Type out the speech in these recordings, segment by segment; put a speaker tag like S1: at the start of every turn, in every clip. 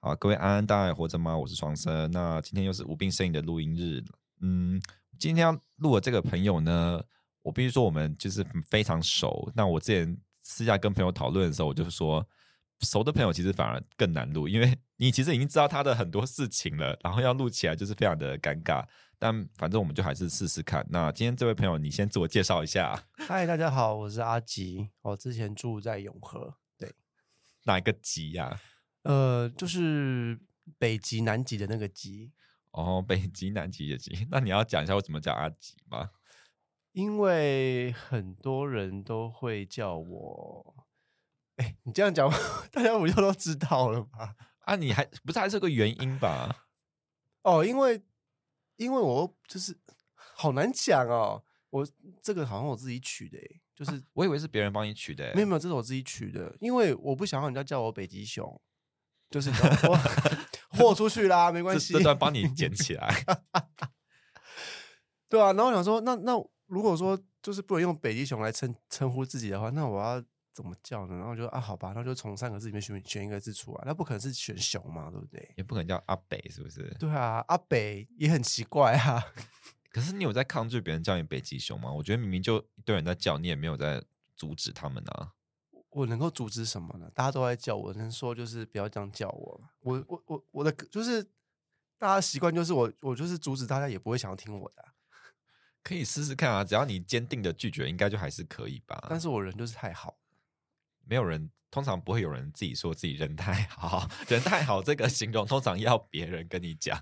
S1: 好，各位安安，大家还活着吗？我是双生。那今天又是无病呻吟的录音日。嗯，今天要录的这个朋友呢，我必须说我们就是非常熟。那我之前私下跟朋友讨论的时候，我就说，熟的朋友其实反而更难录，因为你其实已经知道他的很多事情了，然后要录起来就是非常的尴尬。但反正我们就还是试试看。那今天这位朋友，你先自我介绍一下，
S2: 嗨，大家好，我是阿吉，我之前住在永和，对，
S1: 哪一个级呀、
S2: 呃，就是北极、南极的那个极，
S1: 哦， 北极、南极的极。那你要讲一下我怎么讲阿吉吗？
S2: 因为很多人都会叫我，哎，你这样讲， 大家不就都知道了吗？
S1: 啊，你还不是还是有个原因吧？
S2: 哦，因为因为我就是好难讲哦，我这个好像我自己取的诶，就是、
S1: 我以为是别人帮你取的、欸，
S2: 没有没有，这是我自己取的，因为我不想让人家叫我北极熊，就是你知道我 豁出去啦，没关
S1: 这
S2: 系，
S1: 这段帮你捡起来。
S2: 对啊，然后我想说，那那如果说就是不能用北极熊来称称呼自己的话，那我要怎么叫呢？然后就啊，好吧，那就从三个字里面选选一个字出来，那不可能是选熊嘛，对不对？
S1: 也不可能叫阿北，是不是？
S2: 对啊，阿北也很奇怪啊。
S1: 可是你有在抗拒别人叫你北极熊吗？我觉得明明就一堆人在叫，你也没有在阻止他们啊。
S2: 我能够阻止什么呢？大家都在叫我，能说就是不要这样叫我嘛。我我我我的就是大家习惯就是我我就是阻止大家也不会想要听我的啊、
S1: 可以试试看啊，只要你坚定的拒绝，应该就还是可以吧。
S2: 但是我人就是太好，
S1: 没有人，通常不会有人自己说自己人太好， 人太好这个形容通常要别人跟你讲。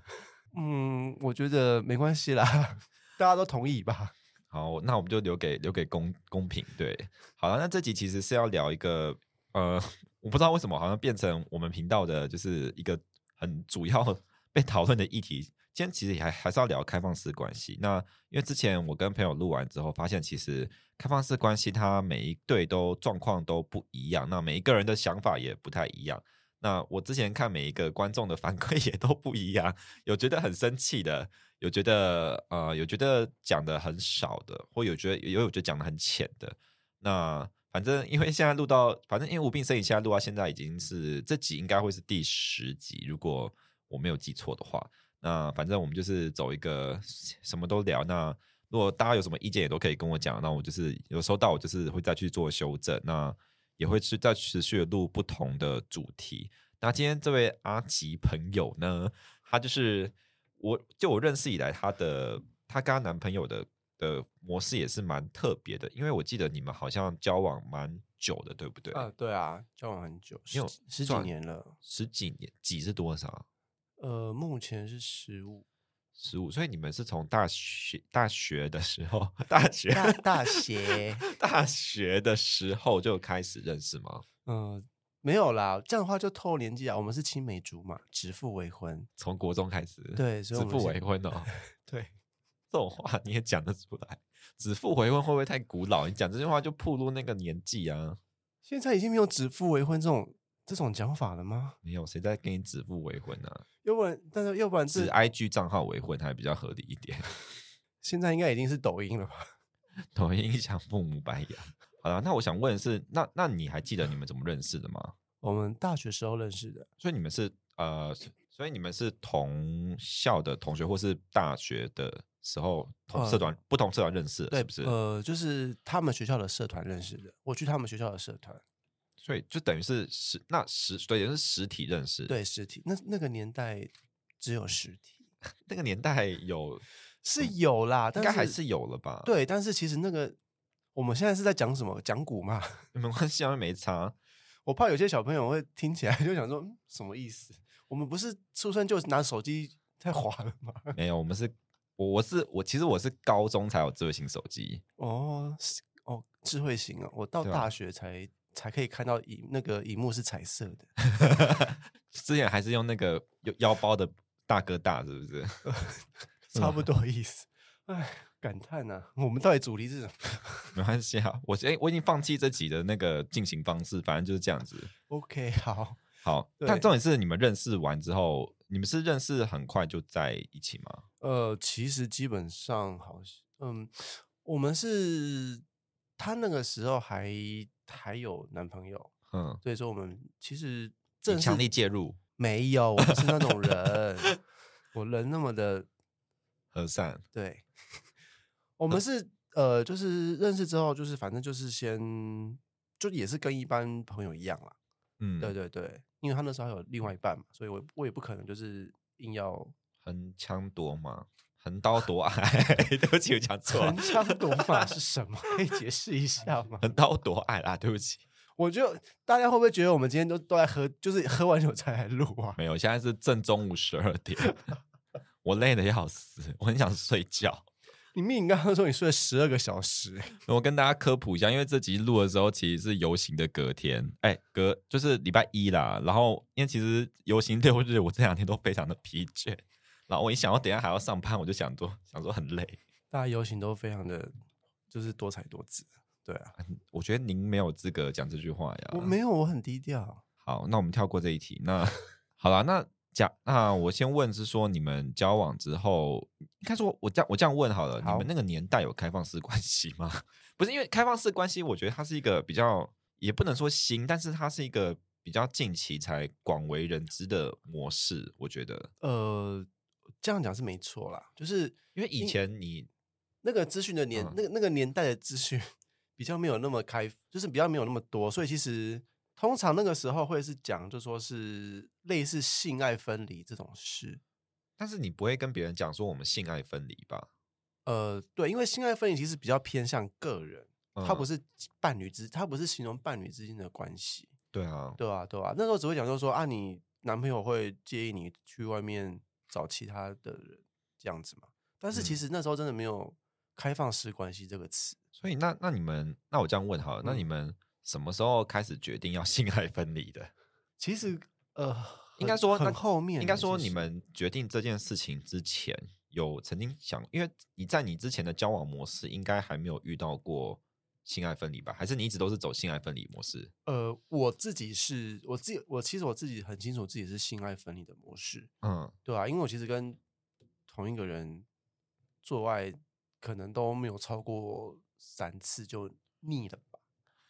S2: 嗯，我觉得没关系啦， 大家都同意吧？
S1: 好，那我们就留给留给公公平。对，好了，那这集其实是要聊一个呃， 我不知道为什么好像变成我们频道的就是一个很主要 被讨论的议题。今天其实也还还是要聊开放式关系。那因为之前我跟朋友录完之后，发现其实开放式关系它每一对都状况都不一样，那每一个人的想法也不太一样。那我之前看每一个观众的反馈 也都不一样，有觉得很生气的，有觉得呃，有觉得讲的很少的，或有觉得也有觉得讲的很浅的。那反正因为现在录到，反正因为无病呻吟，现在录到现在已经是这集应该会是第十集，如果我没有记错的话。那反正我们就是走一个什么都聊。那如果大家有什么意见也都可以跟我讲，那我就是有收到，我就是会再去做修正。那也会去再持续的录不同的主题。那今天这位阿吉朋友呢，她就是我就我认识以来，她的她跟她男朋友的的模式也是蛮特别的，因为我记得你们好像交往蛮久的，对不对？
S2: 啊，对啊，交往很久，
S1: 你
S2: 十
S1: 有
S2: 几十几
S1: 算
S2: 年了。
S1: 十几年，几是多少？啊
S2: 呃，目前是十五，
S1: 十五，所以你们是从大学大学的时候， 大学
S2: 大 大学，
S1: 大学的时候就开始认识吗？
S2: 嗯，没有啦，这样的话就透露年纪啊。我们是青梅竹马，指腹为婚，
S1: 从国中开始，，
S2: 对，
S1: 指
S2: 所以我们
S1: 腹
S2: 是
S1: 为，婚哦。
S2: 对，
S1: 这种话你也讲得出来？指腹为婚会不会太古老？你讲这句话就暴露那个年纪啊！
S2: 现在已经没有指腹为婚这种这种讲法了吗？
S1: 没有谁在跟你指腹为婚啊？
S2: 要不然，但是要不然
S1: 指
S2: 这
S1: IG 账号为婚还比较合理一点。
S2: 现在应该已经是抖音了吧？
S1: 抖音一响，父母白养。好了，那我想问的是，那那你还记得你们怎么认识的吗？
S2: 我们大学时候认识的，
S1: 所以你们是呃，所以你们是同校的同学，或是大学的时候同
S2: 呃
S1: 社团、不同社团认识的，
S2: 对，
S1: 是不是？
S2: 呃，就是他们学校的社团认识的，我去他们学校的社团，
S1: 所以就等于是实那实对，也是实体认识。，
S2: 对，实体。那那个年代只有实体，
S1: 那个年代有
S2: 是有啦，
S1: 嗯应
S2: 但
S1: 该还是有了吧？
S2: 对，但是其实那个我们现在是在讲什么？讲古嘛。
S1: 没关系啊，没差。
S2: 我怕有些小朋友会听起来就想说，嗯什么意思？我们不是出生就拿手机在滑了吗？
S1: 没有，我们是，我我是我，其实我是高中才有智慧型手 机，
S2: 哦，是哦，智慧型哦，我到
S1: 对啊
S2: 大学才、才可以看到荧那个荧幕是彩色
S1: 嗯
S2: 的，
S1: 之前还是用那个腰腰包的大哥大，是不是？
S2: 差不多意思。哎、感叹呐、我们到底主题是什么
S1: 没关系啊，我哎、我已经放弃这集的那个进行方式，反正就是这样子。
S2: ？OK，好，
S1: 好，
S2: 对
S1: 但重点是你们认识完之后，你们是认识很快就在一起吗？
S2: 呃，其实基本上好像，嗯，我们是她那个时候还还有男朋友，
S1: 嗯，
S2: 所以说我们其实
S1: 你
S2: 正式
S1: 强力介入，
S2: 没有，我不是那种人，我人那么的
S1: 和善，
S2: 对，我
S1: 嗯
S2: 们是呃，就是认识之后，就是反正就是先，就也是跟一般朋友一样啦。
S1: 嗯，
S2: 对对对，因为他那时候还有另外一半嘛，所以我我也不可能就是硬要
S1: 横枪夺马，横刀夺爱， 对啊不起，我讲错了
S2: 横，枪夺马是什么？可以解释一 下吗？
S1: 横刀夺爱啦，对不起，
S2: 我就大家会不会觉得我们今天都都在喝，就是喝完酒才来录啊？
S1: 没有，现在是正中午十二点， 我累的要死，我很想睡觉。
S2: 你命，你刚刚说你睡了十二个小时、欸
S1: 我跟大家科普一下，因为这集录的时候其实是游行的隔天，哎，隔就是礼拜一啦。然后因为其实游行六日，我这两天都非常的疲倦。然后我一想到等一下还要上班，我就想说想说很累。
S2: 大家游行都非常的就是多才多姿，对啊，
S1: 我觉得您没有资格讲这句话呀。
S2: 我没有，我很低调。
S1: 好，那我们跳过这一题。那好啦，那讲那我先问是说你们交往之后，应该说我这样我这样问好了，
S2: 好
S1: 你们那个年代有开放式关系吗？ 不是，因为开放式关系，我觉得它是一个比较也不能说新，但是它是一个比较近期才广为人知的模式。我觉得，
S2: 呃，这样讲是没错啦，就是
S1: 因为以前你
S2: 那个资讯的年，那个那个年代的资讯比较没有那么开，就是比较没有那么多，所以其实通常那个时候会是讲，就说是类似性爱分离这种事。
S1: 但是你不会跟别人讲说我们性爱分离吧？
S2: 呃，对，因为性爱分离其实比较偏向个人，它不
S1: 是
S2: 是伴侣之，它不是形容伴侣之间的关系。
S1: 对啊，
S2: 对啊，对啊，那时候只会讲就是说啊，你男朋友会介意你去外面找其他的人这样子嘛？但是其
S1: 嗯
S2: 实那时候真的没有“开放式关系”这个词。
S1: 所以那那你们那我这样问好了，那
S2: 嗯
S1: 你们什么时候开始决定要性爱分离的？
S2: 其实呃，
S1: 应该说那
S2: 很后面欸，
S1: 应该说
S2: 其
S1: 你
S2: 实
S1: 们决定这件事情之前，有曾经想，因为你在你之前的交往模式，应该还没有遇到过性爱分离吧？还是你一直都是走性爱分离模式？
S2: 呃，我自己是我自己，我其实我自己很清楚自己是性爱分离的模式，
S1: 嗯，
S2: 对啊，因为我其实跟同一个人做爱，可能都没有超过三次就腻了吧，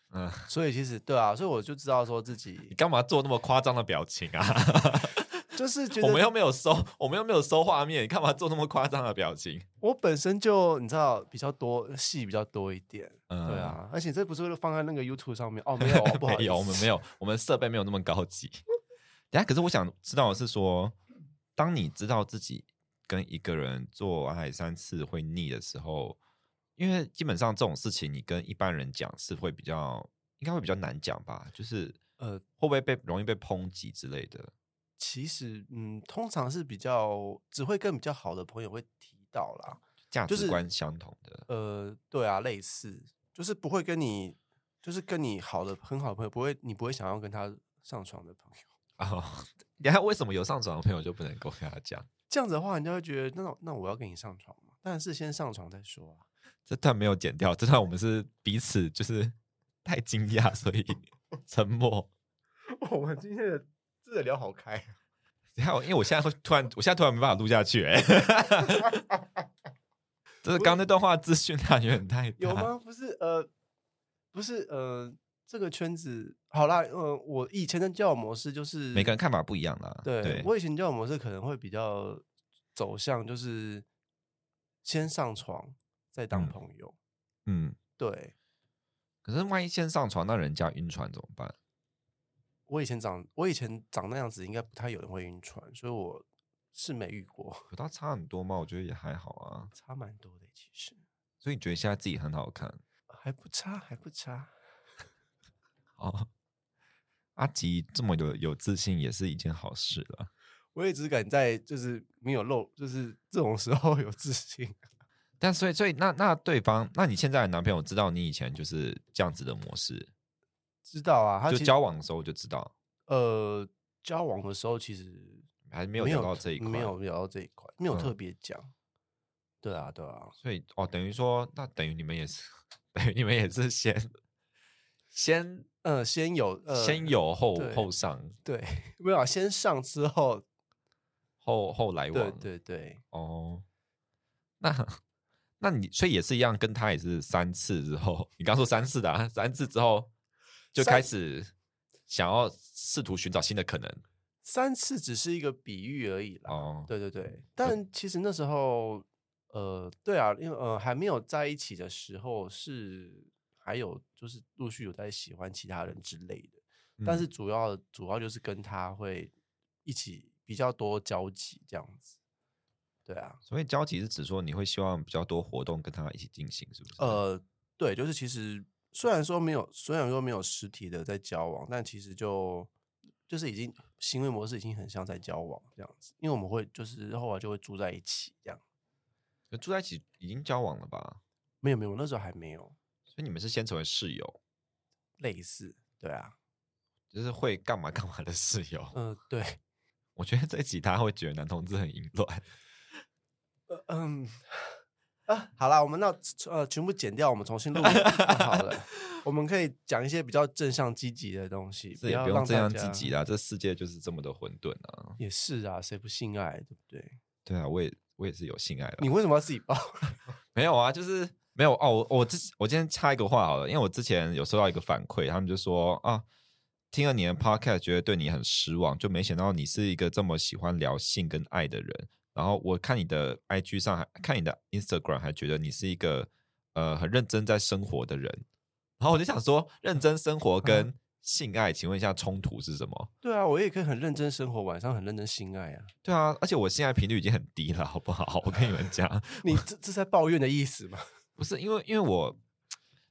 S1: 嗯，
S2: 所以其实对啊，所以我就知道说自
S1: 你
S2: 己
S1: 干嘛做那么夸张的表情啊？
S2: 就是觉得
S1: 我们又没有收，我们又没有收画面，你干嘛做那么夸张的表情？
S2: 我本身就你知道比较多戏比较多一点，
S1: 嗯，
S2: 对，啊，而且这不是放在那个 YouTube 上面 哦，没有哦，不好
S1: 没
S2: 意
S1: 有，我们
S2: 思
S1: 没有，我们设备没有那么高级。等一下，可是我想知道的是说，当你知道自己跟一个人做爱三次会腻的时候，因为基本上这种事情你跟一般人讲是会比较，应该会比较难讲吧？就是
S2: 呃，
S1: 会不会被容易被抨击之类的？
S2: 其实，嗯，通常是比较只会跟比较好的朋友会提到啦。
S1: 价
S2: 就
S1: 值
S2: 是
S1: 观相同的，
S2: 呃，对啊，类似就是不会跟你，就是跟你好的很好的朋友，不会你不会想要跟他上床的朋友。
S1: 哦，等一下为什么有上床的朋友就不能够跟他讲？
S2: 这样子的话，人家会觉得那那我要跟你上床嘛？但是先上床再说啊。
S1: 这段没有剪掉，这段我们是彼此就是太惊讶，所以 沉默。
S2: 我们今天的这个聊好开、啊
S1: 等一下，因为我现在会突然，我现在突然没办法录下去、 欸。就是刚刚那段话资讯量有点太大
S2: 有？吗？不是呃，不是呃，这个圈子好啦，呃，我以前的交友模式就是
S1: 每个人看法不一样啦。
S2: 对
S1: 对，
S2: 我以前交友模式可能会比较走向就是先上床，再当
S1: 嗯
S2: 朋友。
S1: 嗯。
S2: 对
S1: 可是万一先上床，那人家晕船怎么办？
S2: 我以前长我以前长那样子，应该不太有人会晕船，所以我是没遇过，
S1: 有到差很多吗？我觉得也还好啊。
S2: 差蛮多的欸其实，呃
S1: 所以你觉得现在自己很好看？
S2: 还不差，还不差。
S1: 哦，阿吉这么有有自信也是一件好事了。
S2: 我也只敢在就是没有露，就是这种时候有自信。
S1: 但所以所以那那对方，那你现在的男朋友知道你以前就是这样子的模式，
S2: 知道啊，他
S1: 就
S2: 其实
S1: 交往的时候就知道，
S2: 呃交往的时候其实
S1: 还没
S2: 没
S1: 有聊到这一块，
S2: 没有聊到这一块，没有
S1: 嗯
S2: 特别讲。对啊，对啊，
S1: 所以哦，等于说，那等于你们也是，等于你们也是先先、
S2: 呃，先有呃
S1: 先有后
S2: 对
S1: 后上
S2: 对， 没有啊先上之后，
S1: 后后来
S2: 对
S1: 往，
S2: 对对，
S1: 哦，那那你所以也是一样，跟他也是三次之后，你刚说三次的、啊，三次之后就
S2: 三
S1: 开始想要试图寻找新的可能，
S2: 三次只是一个比喻而已啦。
S1: 哦，
S2: 对对对，但其实那时候，呃，对啊，因为呃还没有在一起的时候是还有就是陆续有在喜欢其他人之类的，
S1: 嗯
S2: 但是主要主要就是跟他会一起比较多交集这样子。对啊，
S1: 所以交集是指说你会希望比较多活动跟他一起进行，是不是？，
S2: 呃，对，就是其实虽然说没有，虽然说没有实体的在交往，但其实就就是已经行为模式已经很像在交往这样子，因为我们会就是后来就会住在一起这样。
S1: 住在一起已经交往了吧？
S2: 没有没有，那时候还没有
S1: 所以你们是先成为室友，
S2: 类似，对啊，
S1: 就是会干嘛干嘛的室友。
S2: 嗯、对，
S1: 我觉得这一集他会觉得男同志很淫乱，
S2: 呃嗯。啊，好啦，我们那呃全部剪掉，我们重新录好了。我们可以讲一些比较正向积极的东西，
S1: 这也
S2: 要
S1: 不用
S2: 让
S1: 这
S2: 大
S1: 样
S2: 家
S1: 自己。啦。这世界就是这么的混沌啊！
S2: 也是啊，谁不性爱，对不对？
S1: 对啊，我也我也是有性爱的啊。
S2: 你为什么要自己抱？
S1: 没有啊，就是没有哦。我我之我今天插一个话好了，因为我之前有收到一个反馈，他们就说啊，听了你的 podcast 觉得对你很失望，就没想到你是一个这么喜欢聊性跟爱的人。然后我看你的 IG 上还看你的 Instagram，还觉得你是一个呃很认真在生活的人。然后我就想说，认真生活跟性爱，请问一下冲突是什么？
S2: 对啊，我也可以很认真生活，晚上很认真性爱啊。
S1: 对啊，而且我性爱频率已经很低了，好不好？我跟你们讲，
S2: 你这这是在抱怨的意思吗？
S1: 不是因为因为我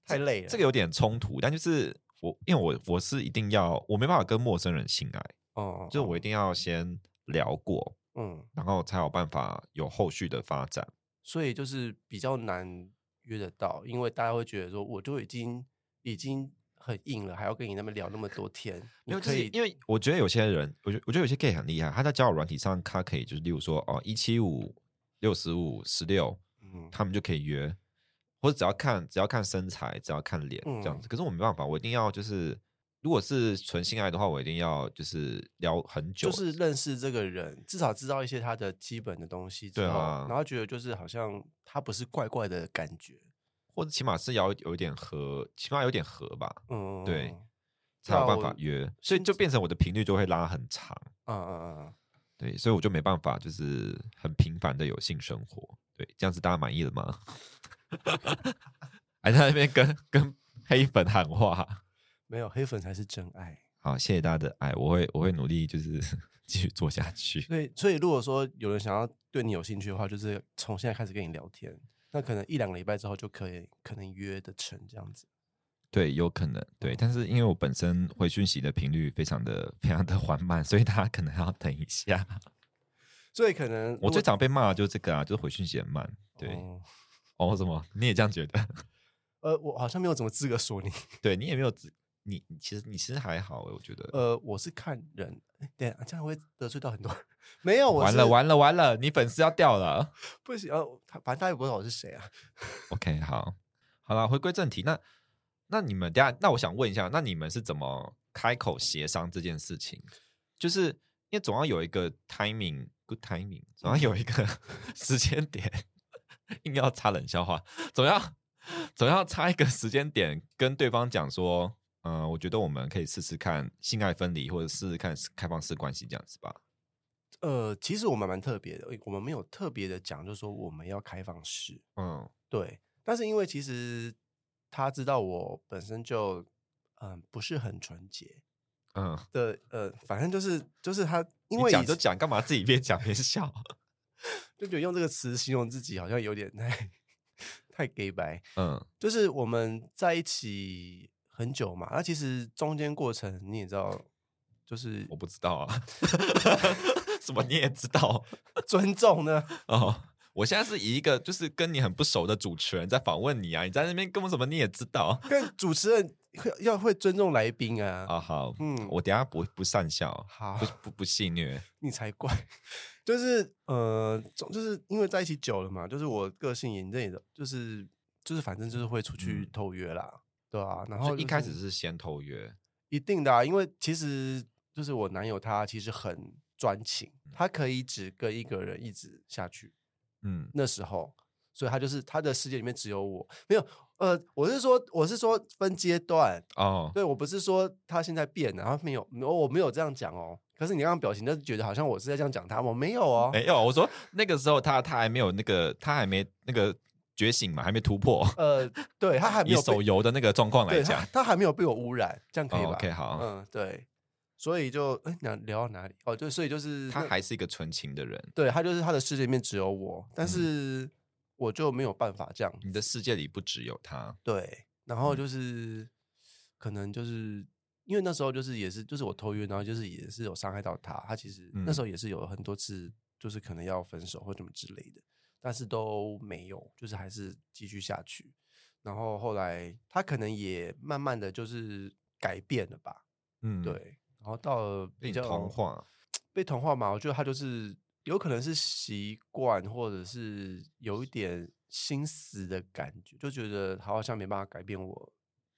S2: 太累了。
S1: 这个有点冲突，但就是我因为我我是一定要，我没办法跟陌生人性爱，
S2: 哦，
S1: 就是我一定要先聊过，
S2: 嗯，
S1: 然后才有办法有后续的发展。
S2: 所以就是比较难约得到，因为大家会觉得说，我就已经已经很硬了，还要跟你那边聊那么多天，
S1: 因
S2: 你
S1: 为就
S2: 可
S1: 是
S2: 以
S1: 因为我觉得有些人，我觉得我觉得有些 gay 很厉害，他在交友软体上，他可以就是例如说哦一七五、六十五、十六，
S2: 嗯
S1: 他们就可以约，或者只要看只要看身材，只要看脸这样
S2: 嗯
S1: 子。可是我没办法，我一定要就是。如果是纯性爱的话，我一定要就是聊很久，
S2: 就是认识这个人，至少知道一些他的基本的东西之
S1: 对
S2: 后，
S1: 啊
S2: 然后觉得就是好像他不是怪怪的感觉，
S1: 或者起码是要有一点合，起码有点合吧，
S2: 嗯，
S1: 对
S2: 嗯
S1: 才有办
S2: 要
S1: 法约，所以
S2: 先
S1: 就变成我的频率就会拉很长，
S2: 嗯嗯嗯，
S1: 对，所以我就没办法就是很频繁的有性生活，对，这样子大家满意了吗？还在那边跟跟黑粉喊话，
S2: 没有黑粉才是真爱。
S1: 好，谢谢大家的爱，我会我会努力就是 继续做下去，
S2: 所以，所以如果说有人想要对你有兴趣的话，就是从现在开始跟你聊天，那可能一两个礼拜之后就可以，可能约得成这样子。
S1: 对，有可能，对，但是因为我本身回讯息的频率非常的非常的缓慢，所以大家可能还要等一下。
S2: 所以可能
S1: 我最
S2: 早
S1: 常被骂的就是这个啊，就是回讯息很慢，对。哦，什么？你也这样觉得？
S2: 呃，我好像没有什么资格说你。
S1: 对你也没有自，你你其实你其实还好欸，我觉得。
S2: 呃，我是看人，哎等一下这样会得罪到很多人。 没有，我
S1: 完
S2: 是
S1: 了完了完了，你粉丝要掉了。
S2: 不行。呃，他反正他也不知道我是谁啊。
S1: OK，好，好了，回归正题。那那你们等下，那我想问一下，那你们是怎么开口协商这件事情？就是因为总要有一个 timing，good timing，总要有一个 时间点， 硬要插冷笑话，总要总要插一个时间点跟对方讲说，嗯、我觉得我们可以试试看性爱分离，或者试试看开放式关系这样子吧。
S2: 呃，其实我们蛮特别的，我们没有特别的讲，就是说我们要开放式。
S1: 嗯，
S2: 对，但是因为其实他知道我本身就嗯、不是很纯洁，
S1: 嗯，
S2: 的呃，反正就是就是他，因
S1: 你
S2: 为
S1: 讲
S2: 以
S1: 就
S2: 前
S1: 讲，干嘛自己边讲边笑？啊
S2: 就觉得用这个词形容自己好像有点太太 gay 白。
S1: 嗯，
S2: 就是我们在一起很久嘛，那其实中间过程你也知道，就是
S1: 我不知道啊， 什么你也知道
S2: 尊重呢，
S1: 哦。我现在是以一个就是跟你很不熟的主持人在访问你啊，你在那边跟我什么你也知道
S2: 跟主持人会要会尊重来宾啊。
S1: 啊？好，
S2: 嗯啊
S1: 我等一下不不善笑，
S2: 好
S1: 不，不不戏虐，
S2: 你 才怪。就是呃，总就是因为在一起久了嘛，就是我个性也那的，就是就是反正就是会出去
S1: 嗯
S2: 偷约啦，对啊。然后
S1: 就一
S2: 就
S1: 开始是先偷约，
S2: 一定的、啊，因为其实就是我男友他其实很专情，他可以只跟一个人一直下去。
S1: 嗯，
S2: 那时候，所以他就是他的世界里面只有我，没有。呃，我是说我是说分阶段，
S1: 哦，
S2: 对我不是说他现在变了，他没有，我没有这样讲哦。可是你刚刚表情就是觉得好像我是在这样讲他，我没有哦。
S1: 没有，我说那个时候他他还没有那个，他还没那个觉醒嘛，还没突破。
S2: 呃，对他还没
S1: 以
S2: 有
S1: 手
S2: 被，
S1: 游的那个状况来
S2: 对他
S1: 讲，
S2: 他还没有被我污染，这样可以吧
S1: 哦、，OK，好，
S2: 嗯，对，所以就哎，聊聊到哪里？哦，对，所以就是
S1: 他
S2: 那
S1: 还是一个纯情的人，
S2: 对他就是他的世界里面只有我，但
S1: 嗯
S2: 是我就没有办法这样。
S1: 你的世界里不只有他。
S2: 对，然后
S1: 嗯
S2: 就是、可能就是因为那时候就是也是就是我偷约，然后就是也是有伤害到他，他其实、那
S1: 嗯
S2: 时候也是有很多次就是可能要分手或什么之类的，但是都没有，就是还是继续下去。然后后来他可能也慢慢的就是改变了吧，
S1: 嗯，
S2: 对，，然后到了
S1: 被
S2: 比
S1: 你
S2: 较
S1: 同化。
S2: 被同化嘛，我觉得他就是有可能是习惯，或者是有一点心死的感觉，就觉得他好像没办法改变我。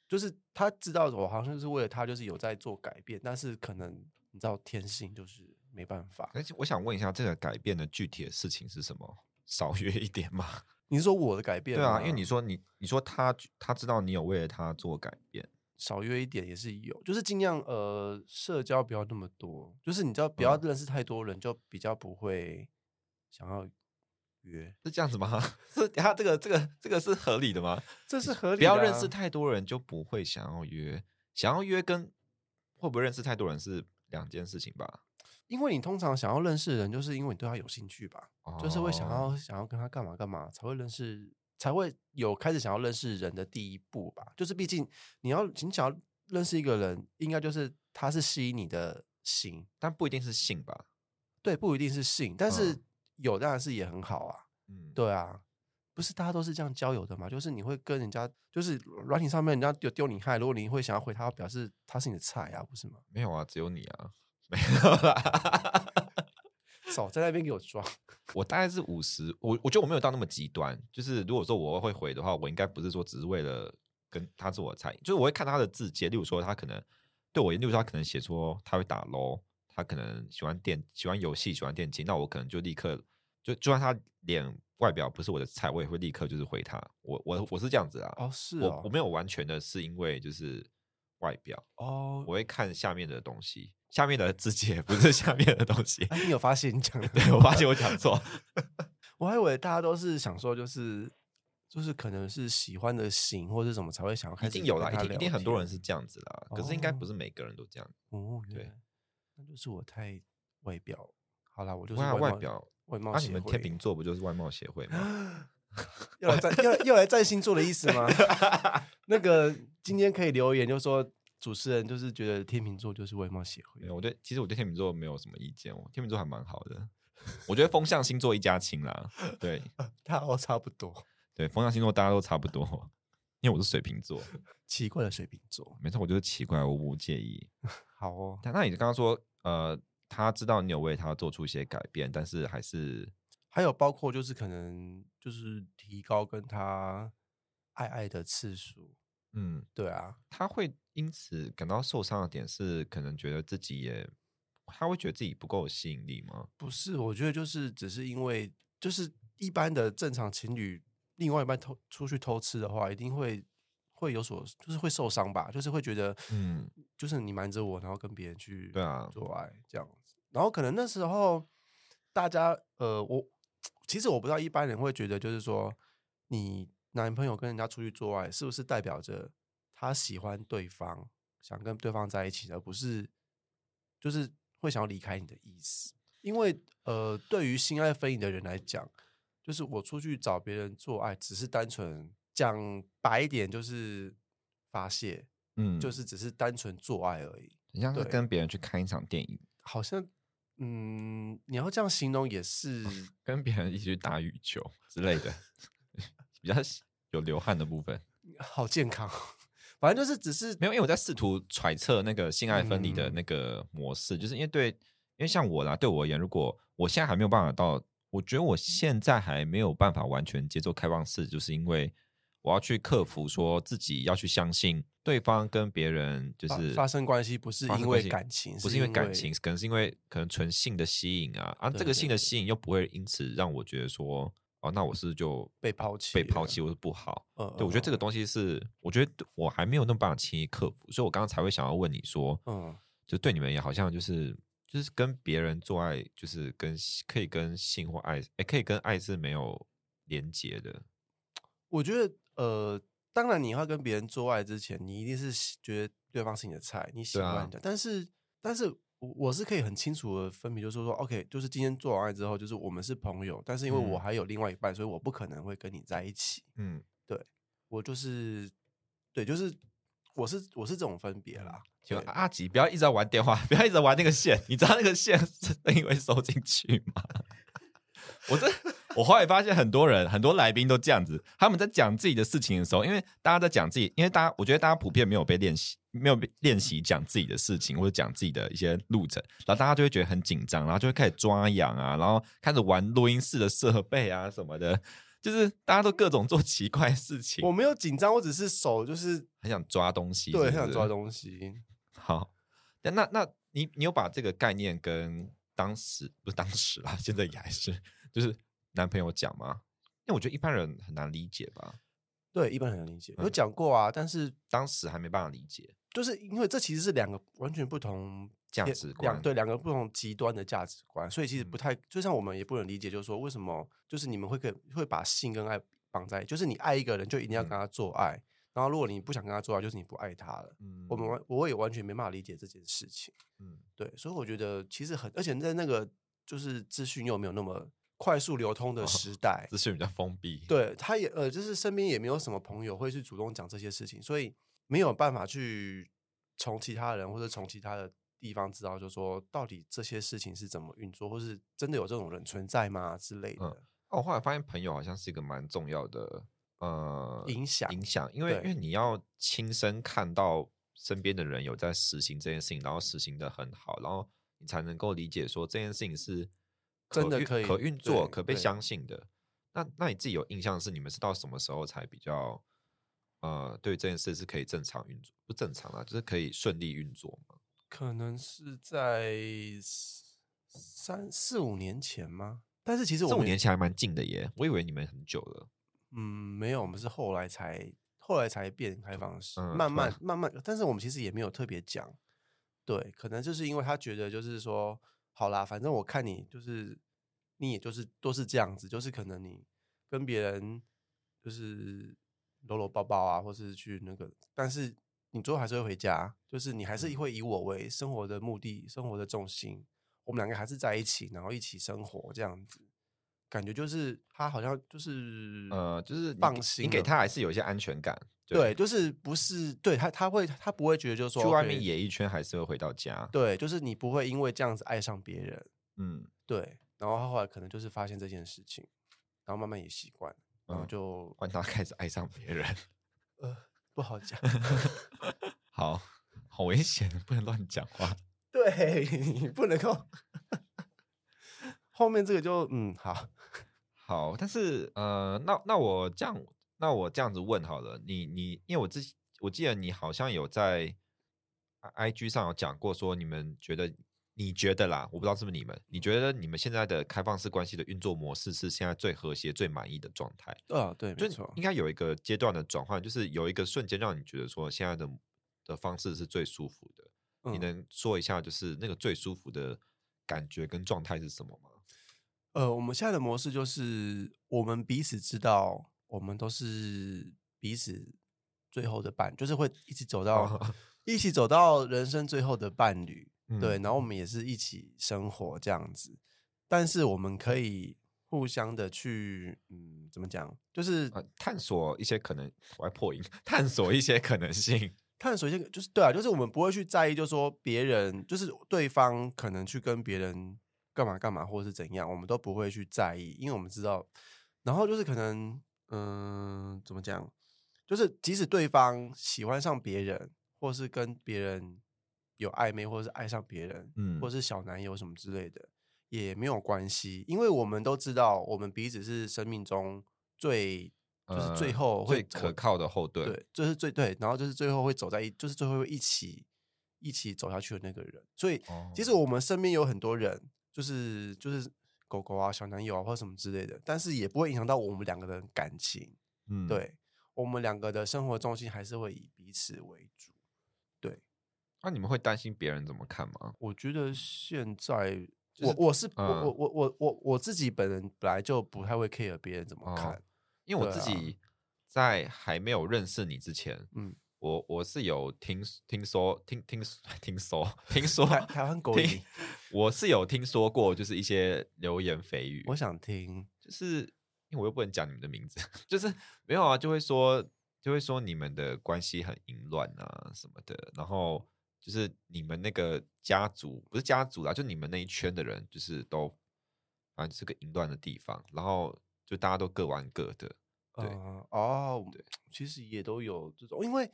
S2: 就是他知道我好像是为了他，就是有在做改变，但是可能你知道天性就是没办法。
S1: 而且我想问一下，这个改变的具体的事情是什么？少约一点嘛？
S2: 你是说我的改变
S1: 对
S2: 吗，
S1: 啊，因为你说你你说他他知道你有为了他做改变，
S2: 少约一点也是有，就是尽量呃社交不要那么多，就是你知道不
S1: 嗯
S2: 要认识太多人，就比较不会想要约，
S1: 是这样子吗？ 是他这个这个这个是合理的吗？
S2: 这是合理的啊、
S1: 不要认识太多人就不会想要约，想要约跟会不会认识太多人是两件事情吧？
S2: 因为你通常想要认识的人，就是因为你对他有兴趣吧，就是会想
S1: 哦
S2: 要想要跟他干嘛干嘛，才会认识，才会有开始想要认识人的第一步吧。就是毕竟你要你想要认识一个人，应该就是他是吸引你的心，
S1: 但不一定是性吧？
S2: 对，不一定是性，但是
S1: 嗯
S2: 有当然是也很好啊，
S1: 嗯，
S2: 对啊。不是大家都是这样交友的嘛？就是你会跟人家，就是软体上面人家丢丢你害，如果你会想要回他，表示他是你的菜啊，不是吗？
S1: 没有啊，只有你啊，没有啦。
S2: 少在那边给我装。
S1: 我大概是五十，我我觉得我没有到那么极端。就是如果说我会回的话，我应该不是说只是为了跟他做我的菜，就是我会看他的字节，例如说他可能对我，例如说他可能写说他会打 LO，他可能喜欢电喜欢游戏喜欢电竞，那我可能就立刻就就算他脸外表不是我的菜，我也会立刻就是回他。我我我是这样子啊，
S2: 哦，是
S1: 我我
S2: 哦，
S1: 没有完全的是因为就是外表，
S2: 哦，
S1: 我会看下面的东西，下面的字节不是下面的东西。
S2: 哎你有发现你讲的？
S1: 对，我发现我讲错。
S2: 我还以为大家都是想说，就是就是可能是喜欢的型或者什么才会想要开
S1: 一
S2: 始
S1: 定有啦，
S2: 跟他
S1: 一定一
S2: 聊
S1: 定很多人
S2: 天
S1: 是这样子啦。可是应该不
S2: 哦
S1: 是每个人都这样。
S2: 哦，
S1: 对
S2: 对，那就是我太外表。好啦，我就是
S1: 哇
S2: 外
S1: 外
S2: 貌
S1: 表
S2: 外貌
S1: 那
S2: 协
S1: 你
S2: 会。
S1: 们天秤座不就是外貌协会 吗？
S2: 要来占 要来要来占星座的意思吗？ 那个今天可以留言就说主持人就是觉得天秤座就是外貌协会
S1: 没有，我对其实我对天秤座没有什么意见，我天秤座还蛮好的。我觉得风象星座一家亲啦，对
S2: 大家都差不多，
S1: 对，风象星座大家都差不多。因为我是水瓶座，
S2: 奇怪的水瓶座。
S1: 没错，我就是奇怪，我不介意。
S2: 好哦，
S1: 但那你刚刚说，呃，他知道你有为他做出一些改变，但是还是
S2: 还有包括就是可能就是提高跟他爱爱的次数，
S1: 嗯，
S2: 对啊，
S1: 他会因此感到受伤的点是，可能觉得自己也，他会觉得自己不够有吸引力吗？
S2: 不是，我觉得就是只是因为就是一般的正常情侣，另外一半偷出去偷吃的话，一定会会有所就是会受伤吧，就是会觉得
S1: 嗯，
S2: 就是你瞒着我，然后跟别人去
S1: 对啊
S2: 做爱这样子，然后可能那时候大家呃，我其实我不知道一般人会觉得就是说你男朋友跟人家出去做爱，是不是代表着他喜欢对方，想跟对方在一起，而不是就是会想要离开你的意思？因为呃，对于心爱非你的人来讲，就是我出去找别人做爱，只是单纯讲白一点，就是发泄。
S1: 嗯，
S2: 就是只是单纯做爱而已。
S1: 很像是
S2: 对
S1: 跟别人去看一场电影，
S2: 好像，嗯，你要这样形容 也是
S1: 跟别人一起去打羽球之类的， 比较有流汗的部分。
S2: 好健康。反正就是只是
S1: 没有，因为我在试图揣测那个性爱分离
S2: 嗯
S1: 的那个模式，就是因为对，因为像我啦，对我而言，如果我现在还没有办法到，我觉得我现在还没有办法完全接受开放式，就是因为我要去克服说自己要去相信对方跟别人就
S2: 发
S1: 是
S2: 发生关系，不是
S1: 发生
S2: 因
S1: 关
S2: 为
S1: 系
S2: 感情，
S1: 不是因为感情，可能是因为可能纯性的吸引啊，啊，这
S2: 对
S1: 个
S2: 对
S1: 性的
S2: 对
S1: 吸引又不会因此让我觉得说，哦，那我是不是就
S2: 被抛弃，
S1: 被抛弃，。或是不好。
S2: 呃，
S1: 对，我觉得这个
S2: 个，
S1: 东西是，我觉得我还没有那么办法轻易克服，所以我刚刚才会想要问你说，
S2: 嗯，
S1: 就对你们也好像就是就是跟别人做爱，就是跟可以跟性或爱，哎，可以跟爱是没有连结的。
S2: 我觉得，呃，当然你要跟别人做爱之前，你一定是喜觉得对方是你的菜，你喜
S1: 对
S2: 欢
S1: 啊
S2: 的。但是，但是我我是可以很清楚的分别，就是说，OK，就是今天做完爱之后，就是我们是朋友，但是因为我
S1: 嗯
S2: 还有另外一半，所以我不可能会跟你在一起。
S1: 嗯，
S2: 我就是，对，就是我是我是这种分别啦。
S1: 请问
S2: 对
S1: 阿吉，不要一直在玩电话， 不要一直在玩那个线， 你知道那个线是因为收进去吗？ 我这我后来发现很多人很多来宾都这样子，他们在讲自己的事情的时候，因为大家在讲自己，因为大家我觉得大家普遍没有被练习，没有被练习讲自己的事情或者讲自己的一些路程，然后大家就会觉得很紧张，然后就会开始抓痒啊，然后开始玩录音室的设备啊什么的，就是大家都各种做奇怪的事情
S2: 我，没有紧张，我只是手就是
S1: 很想抓东西，
S2: 对，
S1: 是不
S2: 很想
S1: 是
S2: 抓东西。
S1: 好，但那那你你有把这个概念跟当时不是当时啦，现在也还是就是男朋友讲吗？因为我觉得一般人很难理解吧，
S2: 对，一般人能理解，有
S1: 嗯
S2: 讲过啊，但是
S1: 当时还没办法理解
S2: 就是因为这其实是两个完全不同
S1: 价
S2: 偏
S1: 值观
S2: 两对两个不同极端的价值观，所以其实不
S1: 嗯
S2: 太，就像我们也不能理解，就是说为什么就是你们会跟会把性跟爱绑在，就是你爱一个人就一定要跟
S1: 嗯
S2: 他做爱，然后如果你不想跟他做爱，就是你不爱他了。
S1: 嗯
S2: 我们完我也完全没办法理解这件事情，
S1: 嗯
S2: 对，所以我觉得其实很，而且在那个就是资讯又没有那么快速流通的时 代，
S1: 资讯比较封闭，，
S2: 对，他也呃，就是身边也没有什么朋友会去主动讲这些事情，所以没有办法去从其他人或者从其他的地方知道，就说到底这些事情是怎么运作，或是真的有这种人存在吗之类
S1: 嗯
S2: 的。
S1: 哦，我后来发现朋友好像是一个蛮重要的呃
S2: 影响
S1: 影响，因为因
S2: 对
S1: 为你要亲身看到身边的人有在实行这件事情，然后实行的很好，然后你才能够理解说这件事情是
S2: 真的
S1: 运
S2: 可以
S1: 可运作、
S2: 对
S1: 可被
S2: 对
S1: 相信的。那那你自己有印象是你们是到什么时候才比较呃对这件事是可以正常运作？不正常啦，就是可以顺利运作嘛？
S2: 可能是在三四五年前吗？但是其实我
S1: 这五
S2: 们
S1: 年前还蛮近的耶，我以为你们很久了。
S2: 嗯没有，我们是后来才后来才变开放式，
S1: 嗯
S2: 慢
S1: 突
S2: 慢
S1: 然
S2: 慢慢，但是我们其实也没有特别讲，对，可能就是因为他觉得就是说，好啦，反正我看你就是你也就是都是这样子，就是可能你跟别人就是搂搂抱抱啊，或是去那个，但是你最后还是会回家，就是你还是
S1: 嗯
S2: 会以我为生活的目的、生活的重心，我们两个还是在一起，然后一起生活这样子，感觉就是他好像就是
S1: 呃，就是你
S2: 嗯放
S1: 给
S2: 心
S1: 你给
S2: 了
S1: 他还是有一些安全感。
S2: 对，就是不是对他，他会他不会觉得就是说
S1: 去外
S2: OK，
S1: 面野一圈还是会回到家。
S2: 对，就是你不会因为这样子爱上别人，
S1: 嗯，
S2: 对。然后他后来可能就是发现这件事情，然后慢慢也习惯，然后
S1: 嗯
S2: 就、
S1: 换他开始爱上别人，
S2: 不好讲。
S1: 好好危险，不能乱讲话。
S2: 对 你不能够后面这个就嗯好，
S1: 好，但是呃，那那我这样，那我这样子问好了，你你，因为我之我记得你好像有在呃 I G 上有讲过，说你们觉得你觉得啦，我不知道是不是你们，你觉得你们现在的开放式关系的运作模式是现在最和谐、最满意的状态？
S2: 啊对，
S1: 就
S2: 没错
S1: 应，该有一个阶段的转换，就是有一个瞬间让你觉得说现在的的方式是最舒服的。你
S2: 嗯
S1: 能说一下，就是那个最舒服的感觉跟状态是什么吗？
S2: 呃，我们现在的模式就是我们彼此知道，我们都是彼此最后的伴，就是会一起走到、
S1: 哦
S2: 一起走到人生最后的伴侣。对，
S1: 嗯
S2: 然后我们也是一起生活这样子，但是我们可以互相的去，嗯，怎么讲，就是
S1: 呃，探索一些可能，我还破音， 探索一些可能性。
S2: 探索一些，就是对啊，就是我们不会去在意，就是说别人，就是对方可能去跟别人干嘛干嘛，或者是怎样，我们都不会去在意，因为我们知道，然后就是可能，嗯、怎么讲，就是即使对方喜欢上别人，或是跟别人有暧昧，或者是爱上别人，
S1: 嗯
S2: 或是小男友什么之类的，也没有关系，因为我们都知道，我们彼此是生命中最。 就是最
S1: 呃
S2: 后会
S1: 最可
S2: 走
S1: 靠的后盾。
S2: 对，这是最对，然后就是最后会走在一，就是最后会一起一起走下去的那个人。所以，其实
S1: 哦
S2: 我们身边有很多人，就是就是狗狗啊、小男友啊或者什么之类的，但是也不会影响到我们两个人感情。
S1: 嗯，
S2: 对我们两个的生活重心还是会以彼此为主。对，
S1: 那、你们会担心别人怎么看吗？
S2: 我觉得现在。
S1: 就
S2: 我
S1: 是
S2: 我是我
S1: 嗯
S2: 我我我我我自己本人本来就不太会 care 别人怎么
S1: 哦
S2: 看，
S1: 因为我
S2: 对
S1: 自
S2: 啊
S1: 己在还没有认识你之前，
S2: 嗯，
S1: 我我是有听听说听听听说 听说
S2: 台台湾狗
S1: 听
S2: 语，，
S1: 我是有听说过，就是一些流言蜚语，
S2: 我想听，
S1: 就是因为我又不能讲你们的名字， 就是没有啊，就会说就会说你们的关系很淫乱啊什么的，然后就是你们那个家族不是家族啦，就你们那一圈的人，就是都反正就是个淫乱的地方，然后就大家都各玩各的。对
S2: 呃哦，其实也都有这种，因为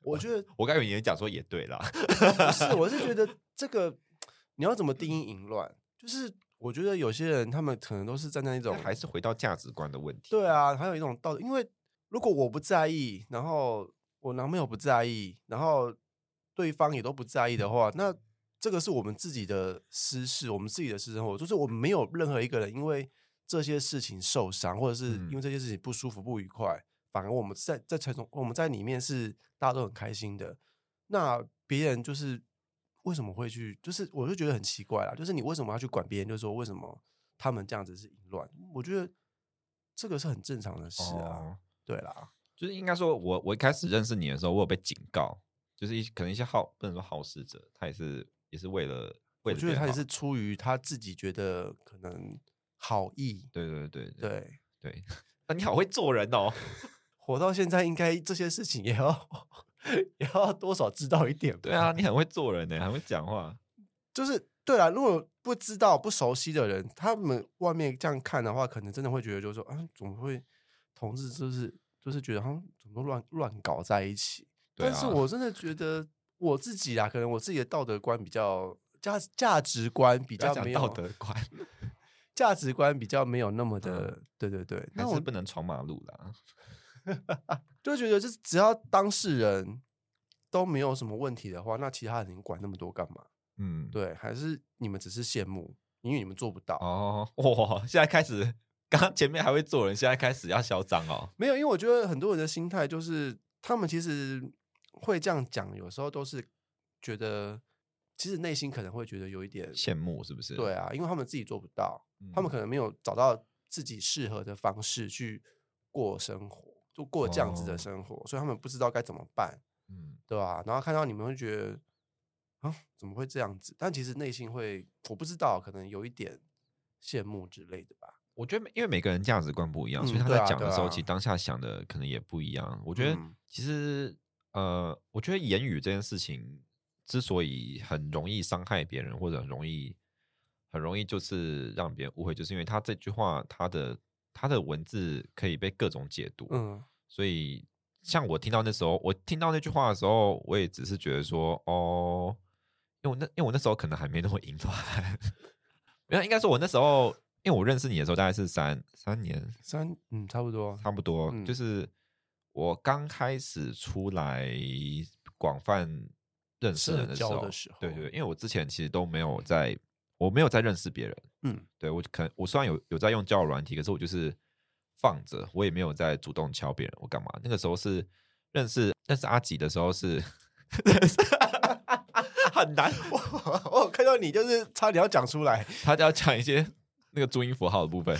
S2: 我觉得
S1: 我刚才有人讲说也对啦，
S2: 不是，我是觉得这个你要怎么定义淫乱，就是我觉得有些人他们可能都是站在一种
S1: 但还是回到价值观的问题。
S2: 对啊，还有一种道德，因为如果我不在意，然后我男朋友不在意，然后对方也都不在意的话，那这个是我们自己的私事，我们自己的私生活，就是我们没有任何一个人因为这些事情受伤，或者是因
S1: 嗯
S2: 为这些事情不舒服、不愉快，反而我们在在传统，我们在里面是大家都很开心的。那别人就是为什么会去，就是我就觉得很奇怪啦，就是你为什么要去管别人？就是说为什么他们这样子是淫乱？我觉得这个是很正常的事啊，
S1: 哦
S2: 对啦，
S1: 就是应该说我，我一开始认识你的时候，我有被警告，就是一可能一些好不能说好事者，他也是也是为了为
S2: 我
S1: 了
S2: 觉
S1: 别
S2: 得
S1: 人
S2: 他也
S1: 好
S2: 是出于他自己觉得可能好意，
S1: 对对对对
S2: 对，啊
S1: 对。 那你好会做人 哦，
S2: 活到现在应该这些事情也要 也要多少知道一点吧，
S1: 对啊，你很会做人呢，很会讲话。
S2: 就是对啦，如果不知道、不熟悉的人，他们外面这样看的话，可能真的会觉得，就是说，啊，怎么会同志就是就是觉得好像怎么都乱乱搞在一起？
S1: 对
S2: 但是
S1: 啊
S2: 我真的觉得我自己啊，可能我自己的道德观比较价价值观比
S1: 不要
S2: 较
S1: 讲
S2: 没
S1: 道
S2: 有
S1: 德观，
S2: 价值观比较没有那么的，对对对。
S1: 嗯还
S2: 那我
S1: 是不能闯马路啦。
S2: 就觉得，就是只要当事人都没有什么问题的话，那其他人管那么多干嘛？
S1: 嗯，
S2: 对，还是你们只是羡慕，因为你们做不到。
S1: 哦，哇，现在开始，刚刚前面还会做人，现在开始要嚣张哦。
S2: 没有，因为我觉得很多人的心态就是，他们其实会这样讲，有时候都是觉得，其实内心可能会觉得有一点
S1: 羡慕是不是？
S2: 对啊，因为他们自己做不到，
S1: 嗯，
S2: 他们可能没有找到自己适合的方式去过生活，就过这样子的
S1: 哦
S2: 生活，所以他们不知道该怎么办，
S1: 嗯
S2: 对吧、然后看到你们会觉得，啊，怎么会这样子？但其实内心会，我不知道，可能有一点羡慕之类的吧。
S1: 我觉得每，因为每个人价值观不一样，所以
S2: 嗯
S1: 他
S2: 对
S1: 在
S2: 啊
S1: 讲的
S2: 对
S1: 时候，
S2: 啊
S1: 其实当下想的可能也不一样。我觉得
S2: 嗯
S1: 其实，呃，我觉得言语这件事情之所以很容易伤害别人，或者很容易很容易就是让别人误会，就是因为他这句话，他的他的文字可以被各种解读。
S2: 嗯，
S1: 所以像我听到那时候，我听到那句话的时候，我也只是觉得说，哦，因为我那因为我那时候可能还没那么淫乱， 没有，应该说我那时候，因为我认识你的时候大概是三三年，
S2: 三嗯，差不多，
S1: 差不多，
S2: 嗯
S1: 就是我刚开始出来广泛认识
S2: 社
S1: 人的时
S2: 交
S1: 候，
S2: 的时
S1: 对
S2: 候
S1: 对，因为我之前其实都没有在，我没有在认识别人，
S2: 嗯，
S1: 对我可能我虽然有有在用交友软体，可是我就是放着，我也没有在主动敲别人，我干嘛？那个时候是认识认识阿吉的时候是， 很难，
S2: 我有看到你就是差点要讲出来，
S1: 他就要讲一些那个注音符号的部 分。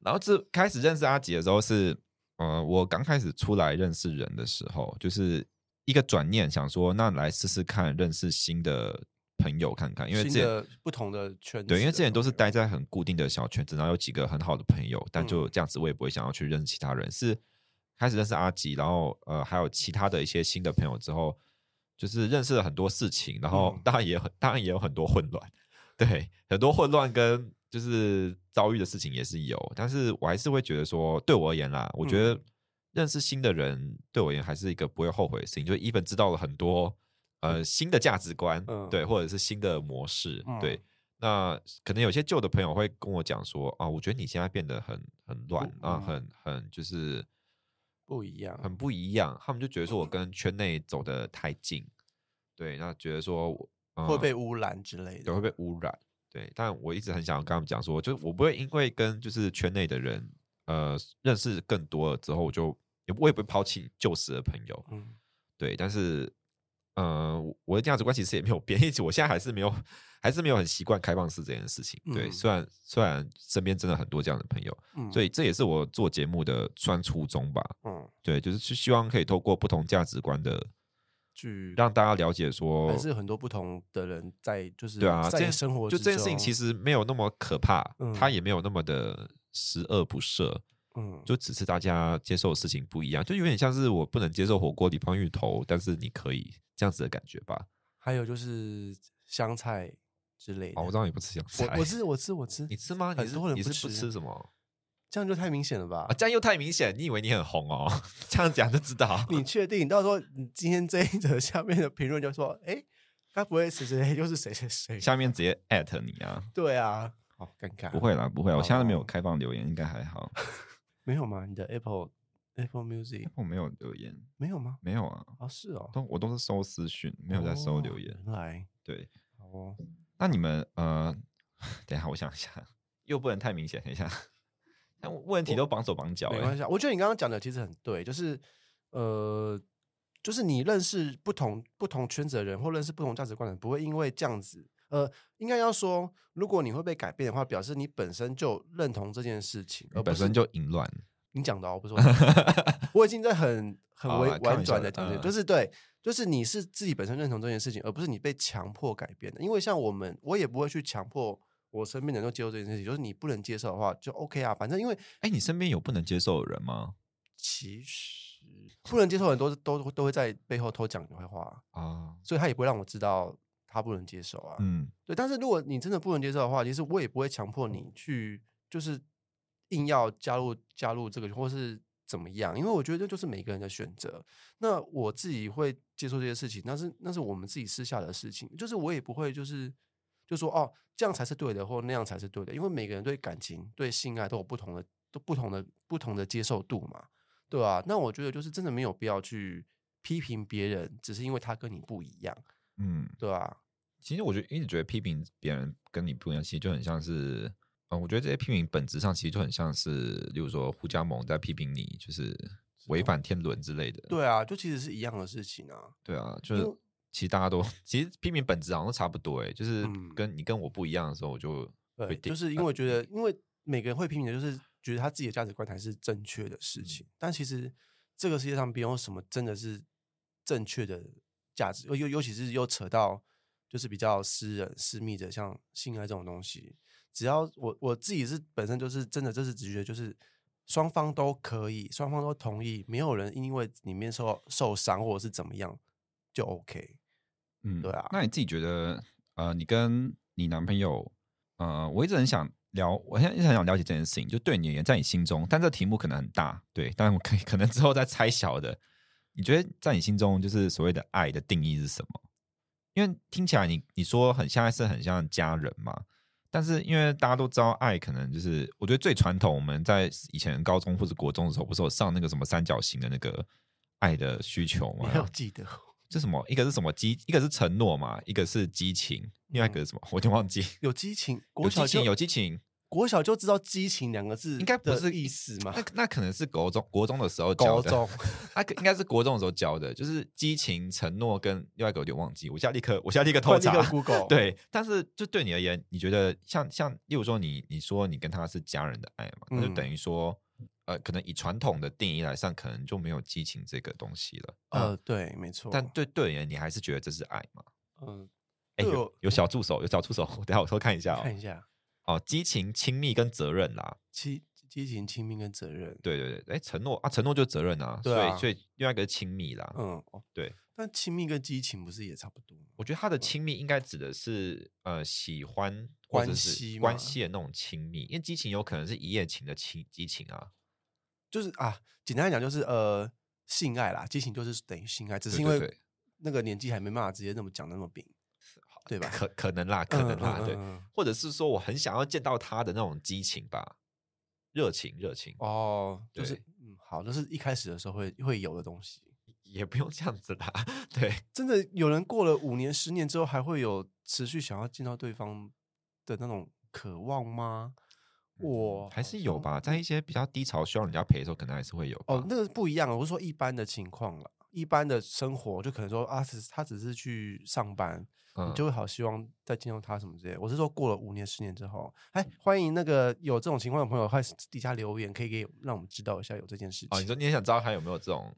S1: 然后这开始认识阿吉的时候是，呃，我刚开始出来认识人的时候，就是一个转念想说，那来试试看认识新的朋友看看，因为之
S2: 新
S1: 前
S2: 的不同的圈子的朋友，
S1: 对，因为之前都是待在很固定的小圈子，然后有几个很好的朋友，但就
S2: 嗯
S1: 这样子，我也不会想要去认识其他人。是开始认识阿吉，然后呃，还有其他的一些新的朋友之后，就是认识了很多事情，然后
S2: 嗯
S1: 当然也有很当然也有很多混乱，对，很多混乱跟就是遭遇的事情也是有，但是我还是会觉得说，对我而言啦，我觉
S2: 嗯
S1: 得认识新的人对我而言还是一个不会后悔的事情，就 even 知道了很多。呃，新的价值观，
S2: 嗯
S1: 对，或者是新的模式，对
S2: 嗯，
S1: 那可能有些旧的朋友会跟我讲说啊，我觉得你现在变得很很乱啊，
S2: 嗯
S1: 很很就是
S2: 不一样，
S1: 很不一样，他们就觉得说我跟圈内走的太近，对，那觉得说我、呃、
S2: 会被污染之类
S1: 对
S2: 的。
S1: 会被污染，对，但我一直很想要跟他们讲说，就是我不会因为跟就是圈内的人呃认识更多了之后，我就也不我也不会抛弃旧时的朋友，
S2: 嗯，
S1: 对，但是呃，我的价值观其实也没有变，一直我现在还是没有，还是没有很习惯开放式这件事情。对，
S2: 嗯
S1: 虽然虽然身边真的很多这样的朋友，
S2: 嗯，
S1: 所以这也是我做节目的算初衷吧。
S2: 嗯，
S1: 对，就是去希望可以透过不同价值观的，
S2: 去
S1: 让大家了解说
S2: 还，是有很多不同的人在就是
S1: 对啊，这
S2: 在
S1: 件
S2: 生活
S1: 就这件事情其
S2: 实
S1: 实没有那么可怕，
S2: 嗯
S1: 它也没有那么的十恶不赦，
S2: 嗯
S1: 就只是大家接受的事情不一样，就有点像是我不能接受火锅里放芋头，但是你可以这样子的感觉吧。
S2: 还有就是香菜之类的。
S1: 哦，我知道你不吃香菜，
S2: 我我吃我吃我吃，
S1: 你吃吗？你
S2: 很
S1: 是
S2: 多人
S1: 你
S2: 不
S1: 是不
S2: 吃
S1: 吃什么
S2: 这样就太明显了吧
S1: 啊？？这样又太明显，你以为你很红哦？ 这样讲就知道。
S2: 你确定？你到时候你今天这一则下面的评论就说，哎，该不会谁谁谁又是谁谁谁？
S3: 下面直接艾特你啊！
S2: 对啊，
S1: 哦
S2: 好尴尬。
S3: 不会啦，不会，我现在没有
S2: 哦
S3: 开放留言，应该还 好。
S2: 没有吗？你的 Apple Apple Music
S3: 我没有留言，
S2: 没有吗？
S3: 没有啊，
S2: 哦，是哦，
S3: 都我都是收私讯，没有在收留言
S2: 哦。原来
S3: 对，
S2: 好哦，
S3: 那你们呃，等一下我想一下，又不能太明显，等一下，
S1: 但问题都绑手绑脚、
S2: 没
S1: 欸
S2: 关，系啊。我觉得你刚刚讲的其实很对，就是呃，就是你认识不同不同圈子的人，或认识不同价值观的人，不会因为这样子。呃，应该要说，如果你会被改变的话，表示你本身就认同这件事情，而
S1: 你本
S2: 不是
S1: 身就淫乱。
S2: 你讲的哦，不是我讲 的我已经在很很
S1: 好
S2: 委
S1: 啦哦开
S2: 婉
S1: 玩
S2: 转
S1: 笑的
S2: 的讲这
S1: 嗯
S2: 个，就是对，就是你是自己本身认同这件事情，而不是你被强迫改变的。因为像我们，我也不会去强迫我身边的人都接受这件事情，就是你不能接受的话，就 OK 啊，反正因为
S3: 哎、你身边有不能接受的人吗？
S2: 其实不能接受很多都都会在背后偷讲你坏话，
S1: 啊，
S2: 所以他也不会让我知道他不能接受啊。
S3: 嗯，
S2: 对，但是如果你真的不能接受的话，其实我也不会强迫你去，就是硬要加入加入这个，或是怎么样，因为我觉得这就是每个人的选择。那我自己会接受这些事情，那是那是我们自己私下的事情，就是我也不会就是就说哦这样才是对的，或那样才是对的，因为每个人对感情、对性爱都有不同的、都不同的、不同的接受度嘛，对啊，那我觉得就是真的没有必要去批评别人，只是因为他跟你不一样，
S3: 嗯，
S2: 对啊，
S1: 其实我觉得一直觉得批评别人跟你不一样，其实就很像是，嗯、我觉得这些批评本质上其实就很像是，例如说胡家盟在批评你，就是违反天伦之类的。
S2: 哦对啊，就其实是一样的事情啊。
S1: 对啊，就
S2: 因
S1: 是
S2: 为
S1: 其实大家都， 其实批评本质好像都差不多、欸，就是
S2: 嗯
S1: 跟、你跟我不一样的时候，我就
S2: 对，
S1: 会
S2: 就
S1: 定
S2: 是因为我觉得，因为每个人会批评的，就是觉得他自己的价值观才是正确的
S1: 嗯
S2: 事情。但其实这个世界上没有什么真的是正确的价值，尤尤其是又扯到就是比较私人、私密的，像性爱这种东西。只要我我自己是本身就是真的，这是直觉，就是双方都可以，双方都同意，没有人因为里面受受伤或者是怎么样就 OK。
S3: 嗯，
S2: 对啊
S3: 那你自己觉得，呃，你跟你男朋友，呃，我一直很想聊，我现在一直很想了解这件事情，就对你而言，在你心中，但这题目可能很大，对，但我可以可能之后再拆小的。你觉得在你心中，就是所谓的爱的定义是什么？因为听起来你你说很像是很像家人嘛，但是因为大家都知道爱，可能就是我觉得最传统，我们在以前高中或者国中的时候，不是有上那个什么三角形的那个爱的需求
S2: 你
S3: 吗？
S2: 还有记得哦？
S1: 这什么？一个是什么激？一个是承诺嘛，一个是激情，另外一个是什么？ 我有点忘记。
S2: 有激情，国
S1: 有
S2: 小
S1: 激
S2: 就
S1: 情，有激情。
S2: 国小就知道“激情”两个字，
S1: 应该不是
S2: 意思嘛
S1: 那？那可能是国中国中的时候教
S2: 啊高
S1: 的，
S2: 中
S1: 那个应该是国中的时候教的，就是激情、承诺跟另外一个我有点忘记。我现在立刻，我现在立刻偷查。
S2: Google，，
S1: 对，但是就对你而言，你觉得像像，例如说你你说你跟他是家人的爱嘛，那就
S2: 嗯
S1: 等于说，呃，可能以传统的定义来上，可能就没有激情这个东西了。
S2: 呃，对，没错。
S1: 嗯但对对你而言，你还是觉得这是爱嘛？
S2: 嗯，
S1: 哎、
S2: 对
S1: 有
S2: 我
S1: 有小助手，有小助手， 等一下我偷看一下哦。
S2: 看一下，
S1: 哦，激情、亲密跟责任啦，
S2: 激激情、亲密跟责任，
S1: 对对对，哎，承诺啊，承诺就是责任啊，
S2: 对
S1: 所
S2: 啊
S1: 以所以另外一个是亲密啦。
S2: 嗯，哦
S1: 对。
S2: 但亲密跟激情不是也差不多吗？
S1: 我觉得他的亲密应该指的是呃喜欢或
S2: 关
S1: 者是
S2: 系嘛
S1: 关系的那种亲密，因为激情有可能是一夜情的情激情啊，
S2: 就是啊，简单来讲就是呃，性爱啦，激情就是等于性爱，只是
S1: 对
S2: 因
S1: 对
S2: 为
S1: 对
S2: 那个年纪还没办法直接那么讲那么明，对吧？
S1: 可可能啦，可能啦，
S2: 嗯嗯
S1: 对
S2: 嗯，嗯
S1: 或者是说我很想要见到他的那种激情吧，热情热情，
S2: 哦，就是
S1: 对
S2: 嗯，好，就是一开始的时候会会有的东西。
S1: 也不用这样子啦， 对，
S2: 真的有人过了五年、十年之后，还会有持续想要见到对方的那种渴望吗？我
S1: 嗯还
S2: 好
S1: 是有啊
S2: 像嗯哦
S1: 吧，在一些比较低潮需要人家陪的时候，可能还是会有吧
S2: 哦，那个不一样。我是说一般的情况了，一般的生活，就可能说啊，只他只是去上班，
S1: 嗯
S2: 你就会好希望再见到他什么之类的。我是说，过了五年、十年之后，哎，
S1: 嗯
S2: 欢迎那个有这种情况的朋友，快底下留言，可以给让我们知道一下有这件事情。
S4: 哦，你说你也想知道还有没有这 种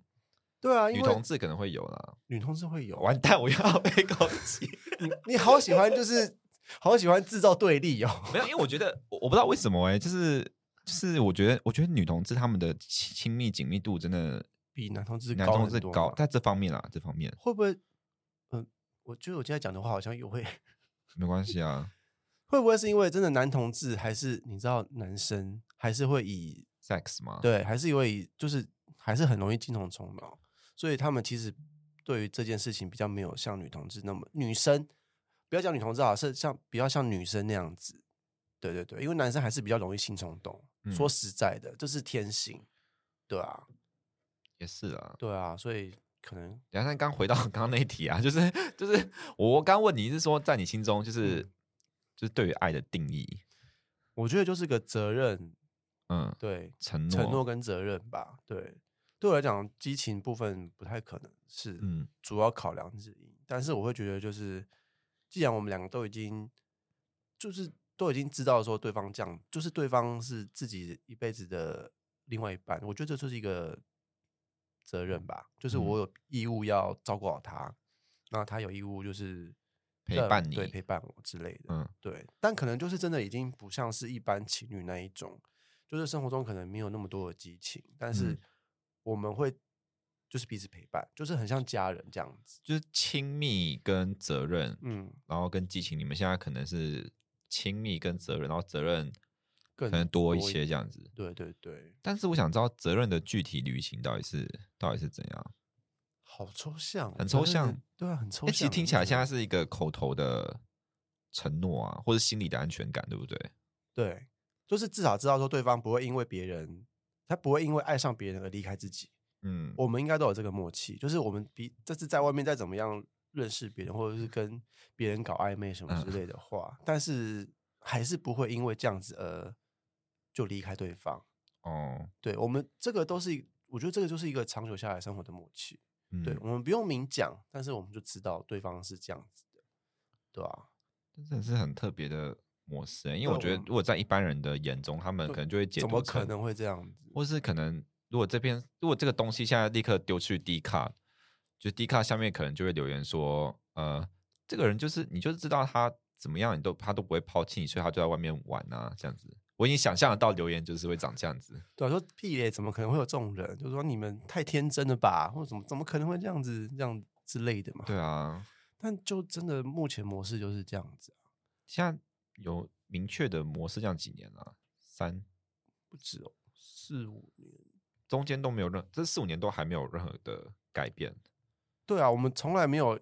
S2: 对啊，因
S4: 女
S2: 为
S4: 同志可能会有啦？
S2: 女同志会有，
S4: 完蛋，我又要 被攻击。
S2: 你好喜欢就是好喜欢制造对立哦。
S4: 没有，因为我觉得
S1: 我我不知道为什么哎、就是就是，我觉得我觉得女同志她们的亲亲密紧密度真的
S2: 比男同志
S1: 男
S2: 高
S1: 同
S2: 很
S1: 志
S2: 多嘛
S1: 高，在这方面啦，这方面
S2: 会不会？嗯，我觉得我今天讲的话好像有会，
S1: 没关系啊，
S2: 会不会是因为真的男同志还是你知道男生还是会以
S1: sex 嘛，
S2: 对，还是因为就是还是很容易精虫充脑，所以他们其实对于这件事情比较没有像女同志那么女生，不要讲女同志啊，是像比较像女生那样子。对对对，因为男生还是比较容易性冲动，
S1: 嗯
S2: 说实在的，这是天性。对啊，
S1: 也是啊。
S2: 对啊，所以可能
S1: 梁珊刚回到刚刚那一题啊，就是就是我刚问你是说，在你心中就是、
S4: 嗯
S1: 就是对于爱的定义，
S2: 我觉得就是个责任，
S1: 嗯，
S2: 对，
S1: 承诺，
S2: 承诺跟责任吧。对，对我来讲，激情部分不太可能是
S1: 嗯
S2: 主要考量之一。但是我会觉得，就是既然我们两个都已经就是都已经知道说对方这样，就是对方是自己一辈子的另外一半，我觉得这就是一个责
S1: 嗯
S2: 任吧，就是我有义务要照顾好他，那他有义务就是
S1: 陪
S2: 让
S1: 伴
S2: 对
S1: 你
S2: 陪伴我之类的。
S1: 嗯，
S2: 对，但可能就是真的已经不像是一般情侣那一种，就是生活中可能没有那么多的激情，但是
S1: 嗯
S2: 我们会就是彼此陪伴，就是很像家人这样子。
S1: 就是亲密跟责任，
S2: 嗯，
S1: 然后跟激情，你们现在可能是亲密跟责任，然后责任
S2: 更
S1: 可能多一
S2: 多一
S1: 些这样子。
S2: 对对对，
S1: 但是我想知道责任的具体履行到底是到底是怎样？
S2: 好抽象哦，
S1: 很抽
S2: 真的
S1: 象
S2: 对啊，很抽
S1: 哎、
S2: 象。
S1: 其实听起来现在
S2: 是
S1: 是一个口头的承诺啊，或者心理的安全感，对不对？
S2: 对，就是至少知道说对方不会因为别人，他不会因为爱上别人而离开自己。
S1: 嗯，
S2: 我们应该都有这个默契，就是我们比这次在外面再怎么样认识别人，或者是跟别人搞暧昧什么
S1: 嗯
S2: 之类的话，但是还是不会因为这样子而就离开对方。
S1: 哦，
S2: 对我们这个都是一，我觉得这个就是一个长久下来生活的默契。
S1: 嗯
S2: 对，我们不用明讲，但是我们就知道对方是这样子的，对啊，
S1: 这真的是很特别的模式欸、因
S2: 对啊
S1: 为我觉
S2: 我
S1: 得如果在一般人的眼中，他们
S2: 对
S1: 可能就会解
S2: 怎
S1: 读
S2: 么可
S1: 成
S2: 能会这样子？
S1: 或是可能如果这篇如果这个东西现在立刻丢去 D 卡，就 D 卡下面可能就会留言说，呃，这个人就是你就是知道他怎么样，你都他都不会抛弃你，所以他就在外面玩啊，这样子。我已经想象得到留言就是会长这样子，
S2: 对啊，说屁嘞，怎么可能会有这种人？就是说你们太天真了吧，或者怎么怎么可能会这样子这样之类的嘛？
S1: 对啊，
S2: 但就真的目前模式就是这样子啊，
S1: 现在有明确的模式这样几年了、三
S2: 不止哦，四五年。
S1: 中间都没有任这四五年都还没有任何的改变，
S2: 对啊，我们从来没有，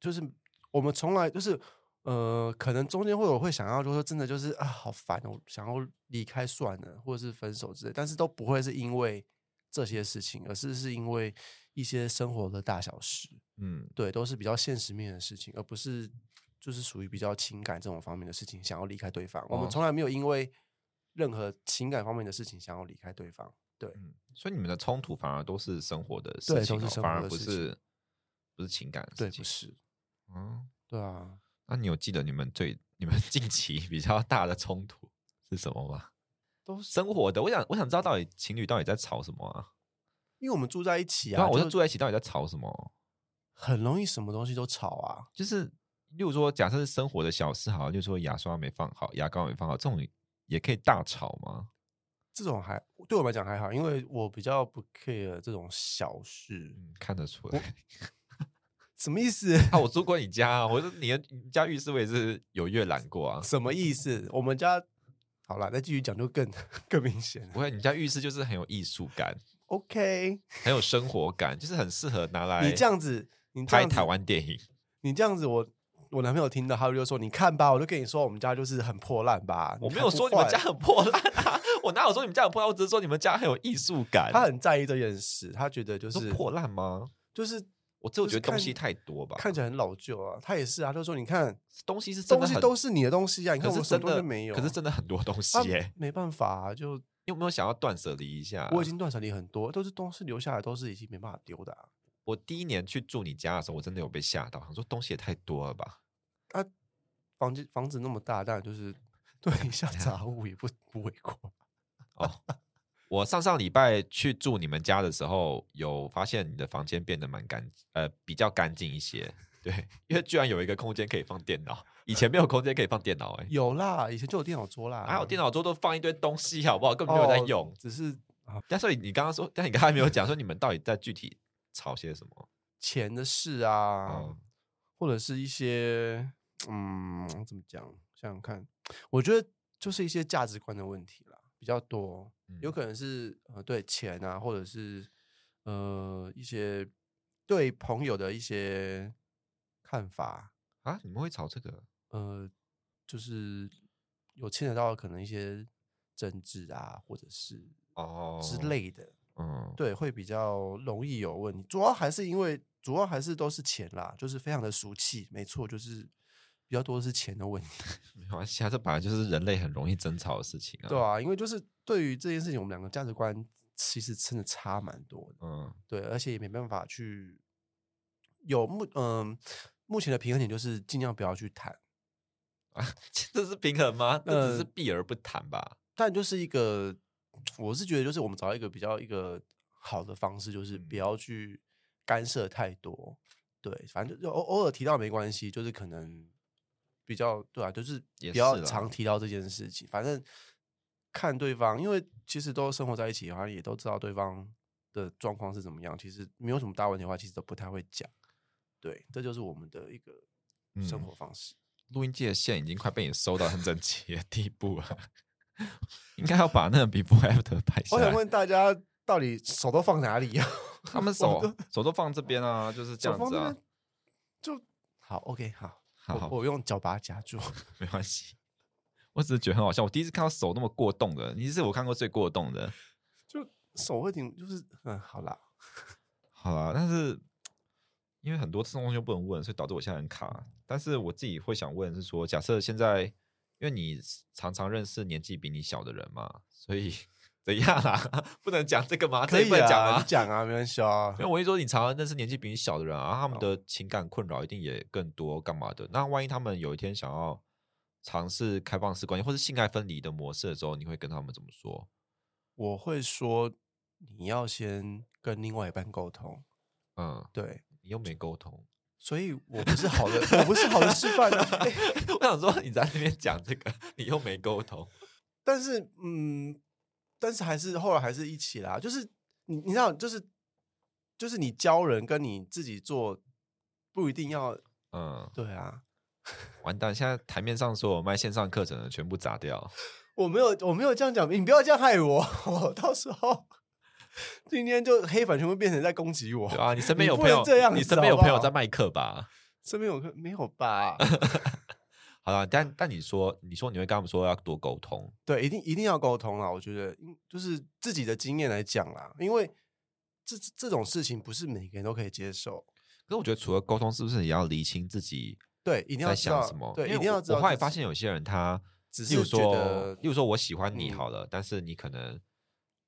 S2: 就是我们从来就是呃，可能中间会有会想要，就是说真的就是啊，好烦哦，想要离开算了，或者是分手之类，但是都不会是因为这些事情，而是是因为一些生活的大小事，
S1: 嗯，
S2: 对，都是比较现实面的事情，而不是就是属于比较情感这种方面的事情，想要离开对方。我们
S1: 哦
S2: 从来没有因为任何情感方面的事情想要离开对方。
S1: 嗯所以你们的冲突反而都是生活的
S2: 对
S1: 事
S2: 都
S1: 情、
S2: 是
S1: 哦，
S2: 生
S1: 反
S2: 活
S1: 而
S2: 的
S1: 不
S2: 事情
S1: 是不是情感的事
S2: 对，不
S1: 情。
S2: 是，
S1: 嗯，
S2: 对啊，
S1: 那你有记得你们最你们 近期比较大的冲突是什么吗？
S2: 都是
S1: 生活的，我想我想知道到底情侣到底在吵什么啊？
S2: 因为我们住在一起
S1: 然
S2: 啊，
S1: 后我就
S2: 就
S1: 住在一起，到底在吵什么？
S2: 很容易什么东西都吵啊。
S1: 就是例如说，假设是生活的小事好了，例如说牙刷没放好，牙膏没放好，这种也可以大吵吗？
S2: 这种还对我来讲还好，因为我比较不 care 这种小事。
S1: 嗯，看得出来。
S2: 什么意思？
S1: 啊，我住过你家啊，我说你的你家浴室我也是有阅览过啊。
S2: 什么意思？我们家好啦，再继续讲就更更明显了。
S1: 不会，你家浴室就是很有艺术感，
S2: OK，
S1: 很有生活感，就是很适合拿来
S2: 你这样子，你这
S1: 拍
S2: 样子
S1: 哎台湾电影。
S2: 你这样子我，我男朋友听到，他就说：“你看吧，我就跟你说，我们家就是很破烂吧。”
S1: 我没
S2: 看
S1: 有
S2: 不
S1: 说你们
S2: 坏
S1: 家，很破烂啊，我哪有说你们家很破烂，我只是说你们家很有艺术感。
S2: 他很在意这件事，他觉得就
S1: 你
S2: 是
S1: 说破烂吗？
S2: 就是
S1: 我只有
S2: 就
S1: 觉
S2: 是
S1: 得东西
S2: 看
S1: 太多吧，
S2: 看起来很老旧啊。他也是啊，他就说：“你看，
S1: 东西是真
S2: 东
S1: 的
S2: 西
S1: 很
S2: 都是你的东西啊，你看
S1: 可
S2: 我
S1: 是
S2: 什
S1: 真
S2: 么东西
S1: 的
S2: 都没有啊，啊
S1: 可是真的很多东西
S2: 他
S1: 耶。
S2: 没办法、啊，就
S1: 你有没有想要断舍离一下？
S2: 我已经断舍离很多，都是东西留下来，都是已经没办法丢的啊、
S1: 我第一年去住你家的时候，我真的有被吓到，想说东西也太多了吧？
S2: 啊，房间房子那么大，当然就是堆一 下杂物也不不为过。
S1: 哦，我上上礼拜去住你们家的时候，有发现你的房间变得蛮干，呃，比较干净一些。对，因为居然有一个空间可以放电脑，以前没有空间可以放电脑、欸，哎，
S2: 有啦，以前就有电脑桌啦，
S1: 还有电
S2: 脑
S1: 脑桌都放一堆东西，好不好？根本没有在用。
S2: 只是
S1: 但所以你刚刚说，但你刚才没有讲说你们到底在具体吵些什么？
S2: 钱的事啊，
S1: 嗯
S2: 或者是一些嗯，怎么讲？想想看，我觉得就是一些价值观的问题啦，比较多，有
S1: 嗯
S2: 可能是呃对钱啊，或者是呃一些对朋友的一些看法，
S1: 啊，你们会吵这个？
S2: 呃，就是有牵扯到可能一些政治啊，或者是
S1: 哦
S2: 之，类的，
S1: 嗯，
S2: 对，会比较容易有问题。主要还是因为主要还是都是钱啦，就是非常的俗气，没错，就是比较多是钱的问题，
S1: 没关系啊，这本来就是人类很容易争吵的事情啊。
S2: 对啊，因为就是对于这件事情，我们两个价值观其实真的差蛮多的，
S1: 嗯，
S2: 对，而且也没办法去有目嗯、目前的平衡点就是尽量不要去谈。
S1: 这是平衡吗？这只是
S2: 呃
S1: 避而不谈吧。
S2: 但就是一个，我是觉得就是我们找到一个比较一个好的方式，就是不
S1: 嗯
S2: 要去干涉太多。对，反正就偶偶尔提到没关系，就是可能比较对啊，就是
S1: 也
S2: 不要
S1: 是啦
S2: 常提到这件事情。反正看对方，因为其实都生活在一起的话，也都知道对方的状况是怎么样。其实没有什么大问题的话，其实都不太会讲。对，这就是我们的一个生
S1: 嗯
S2: 活方式。
S1: 录音界的线已经快被你收到很整齐的地步了， 应该要把那个 before after 拍下
S2: 我想
S1: 来。
S2: 问大家，到底手都放哪里呀、
S1: 他们手手都放这边啊，就是这
S2: 手
S1: 样
S2: 放
S1: 子
S2: 这
S1: 啊
S2: 边，就好，OK，好，
S1: 好
S2: 我我用脚把它夹 住。
S1: 没关系。我只是觉得很好笑，我第一次看到手那么过动的，你是我看过最过动的。
S2: 就手会挺，就是嗯，好啦，
S1: 好啦，但是因为很多这种东西又不能问，所以导致我现在很卡。但是我自己会想问是说，假设现在因为你常常认识年纪比你小的人嘛，所以 怎样啦？ 不能讲这个吗？这也不能讲
S2: 啊，你
S1: 吗？
S2: 讲啊，没关系啊
S1: 因为。我一说你常常认识年纪比你小的人啊，他们的情感困扰一定也更多，干嘛的？那万一他们有一天想要尝试开放式关系或是性爱分离的模式的时候，你会跟他们怎么说？
S2: 我会说你要先跟另外一半沟通，
S1: 嗯，
S2: 对，
S1: 你又没沟通，
S2: 所以我不是好的，我不是好的示范啊。 哎
S1: 我想说你在那边讲这个，你又没沟通。
S2: 但是嗯，但是还是后来还是一起啦。就是你你知道，就是就是你教人跟你自己做不一定要
S1: 嗯，
S2: 对啊。
S1: 完蛋！现在台面上所有卖线上课程的全部砸掉。
S2: 我没有，我没有这样讲，你不要这样害我， 我到时候今天就黑粉全部变成在攻击我
S1: 对啊，你身边
S2: 你
S1: 有
S2: 不
S1: 朋
S2: 能
S1: 友
S2: 这样
S1: 你
S2: 子
S1: 身边有
S2: 好不
S1: 朋友
S2: 好
S1: 在卖课吧？
S2: 身边有个没有吧？
S1: 好啦，但但你说，你说你会跟他们说要多沟通，
S2: 对，一定一定要沟通啦。我觉得，嗯就是自己的经验来讲啦，因为这这这种事情不是每个人都可以接受。
S1: 可是我觉得除了沟通，是不是也要厘清自己
S2: 对，一定要
S1: 在
S2: 知道
S1: 想什么？
S2: 对，
S1: 因
S2: 一
S1: 为
S2: 定要
S1: 我
S2: 知道。
S1: 我后来发现，有些人他，
S2: 只
S1: 例如
S2: 是觉
S1: 说
S2: 得，
S1: 例如说我喜欢你
S2: 嗯
S1: 好了，但是你可能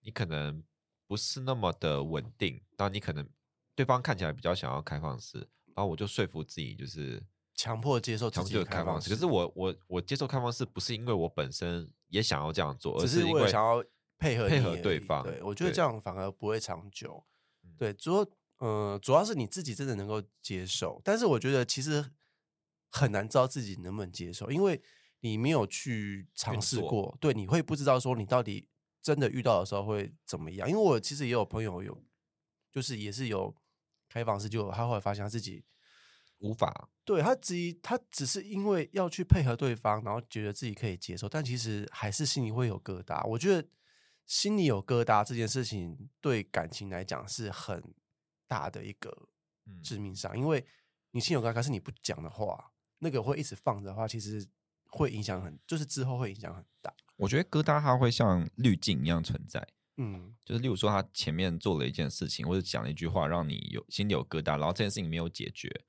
S1: 你可能不是那么的稳定，那你可能对方看起来比较想要开放式，然后我就说服自己就是
S2: 强迫接受自
S1: 强
S2: 己
S1: 迫
S2: 的
S1: 开
S2: 开
S1: 放
S2: 放
S1: 式。
S2: 式，
S1: 可是我我我接受开放式不是因为我本身也想要这样做，而
S2: 只是
S1: 因
S2: 为
S1: 为
S2: 了想要配合
S1: 配
S2: 你
S1: 合
S2: 而
S1: 对
S2: 已
S1: 方
S2: 对，我觉得
S1: 对
S2: 这样反而不会长久
S1: 嗯。
S2: 对，主要呃，主要是你自己真的能够接受，但是我觉得其实很难知道自己能不能接受，因为你没有去尝
S1: 运
S2: 试
S1: 作
S2: 过，对，你会不知道说你到底真的遇到的时候会怎么样。因为我其实也有朋友有，就是也是有开放式，就他后来发现他自己
S1: 无法
S2: 对他只一他只是因为要去配合对方，然后觉得自己可以接受，但其实还是心里会有疙瘩。我觉得心里有疙瘩这件事情对感情来讲是很大的一个
S1: 嗯
S2: 致命伤，因为你心有疙瘩，可是你不讲的话，那个会一直放着的话，其实会影响很，就是之后会影响很大。
S3: 我觉得疙瘩它会像滤镜一样存在，
S2: 嗯，
S3: 就是例如说他前面做了一件事情或者讲了一句话，让你有心里有疙瘩，然后这件事情没有解决，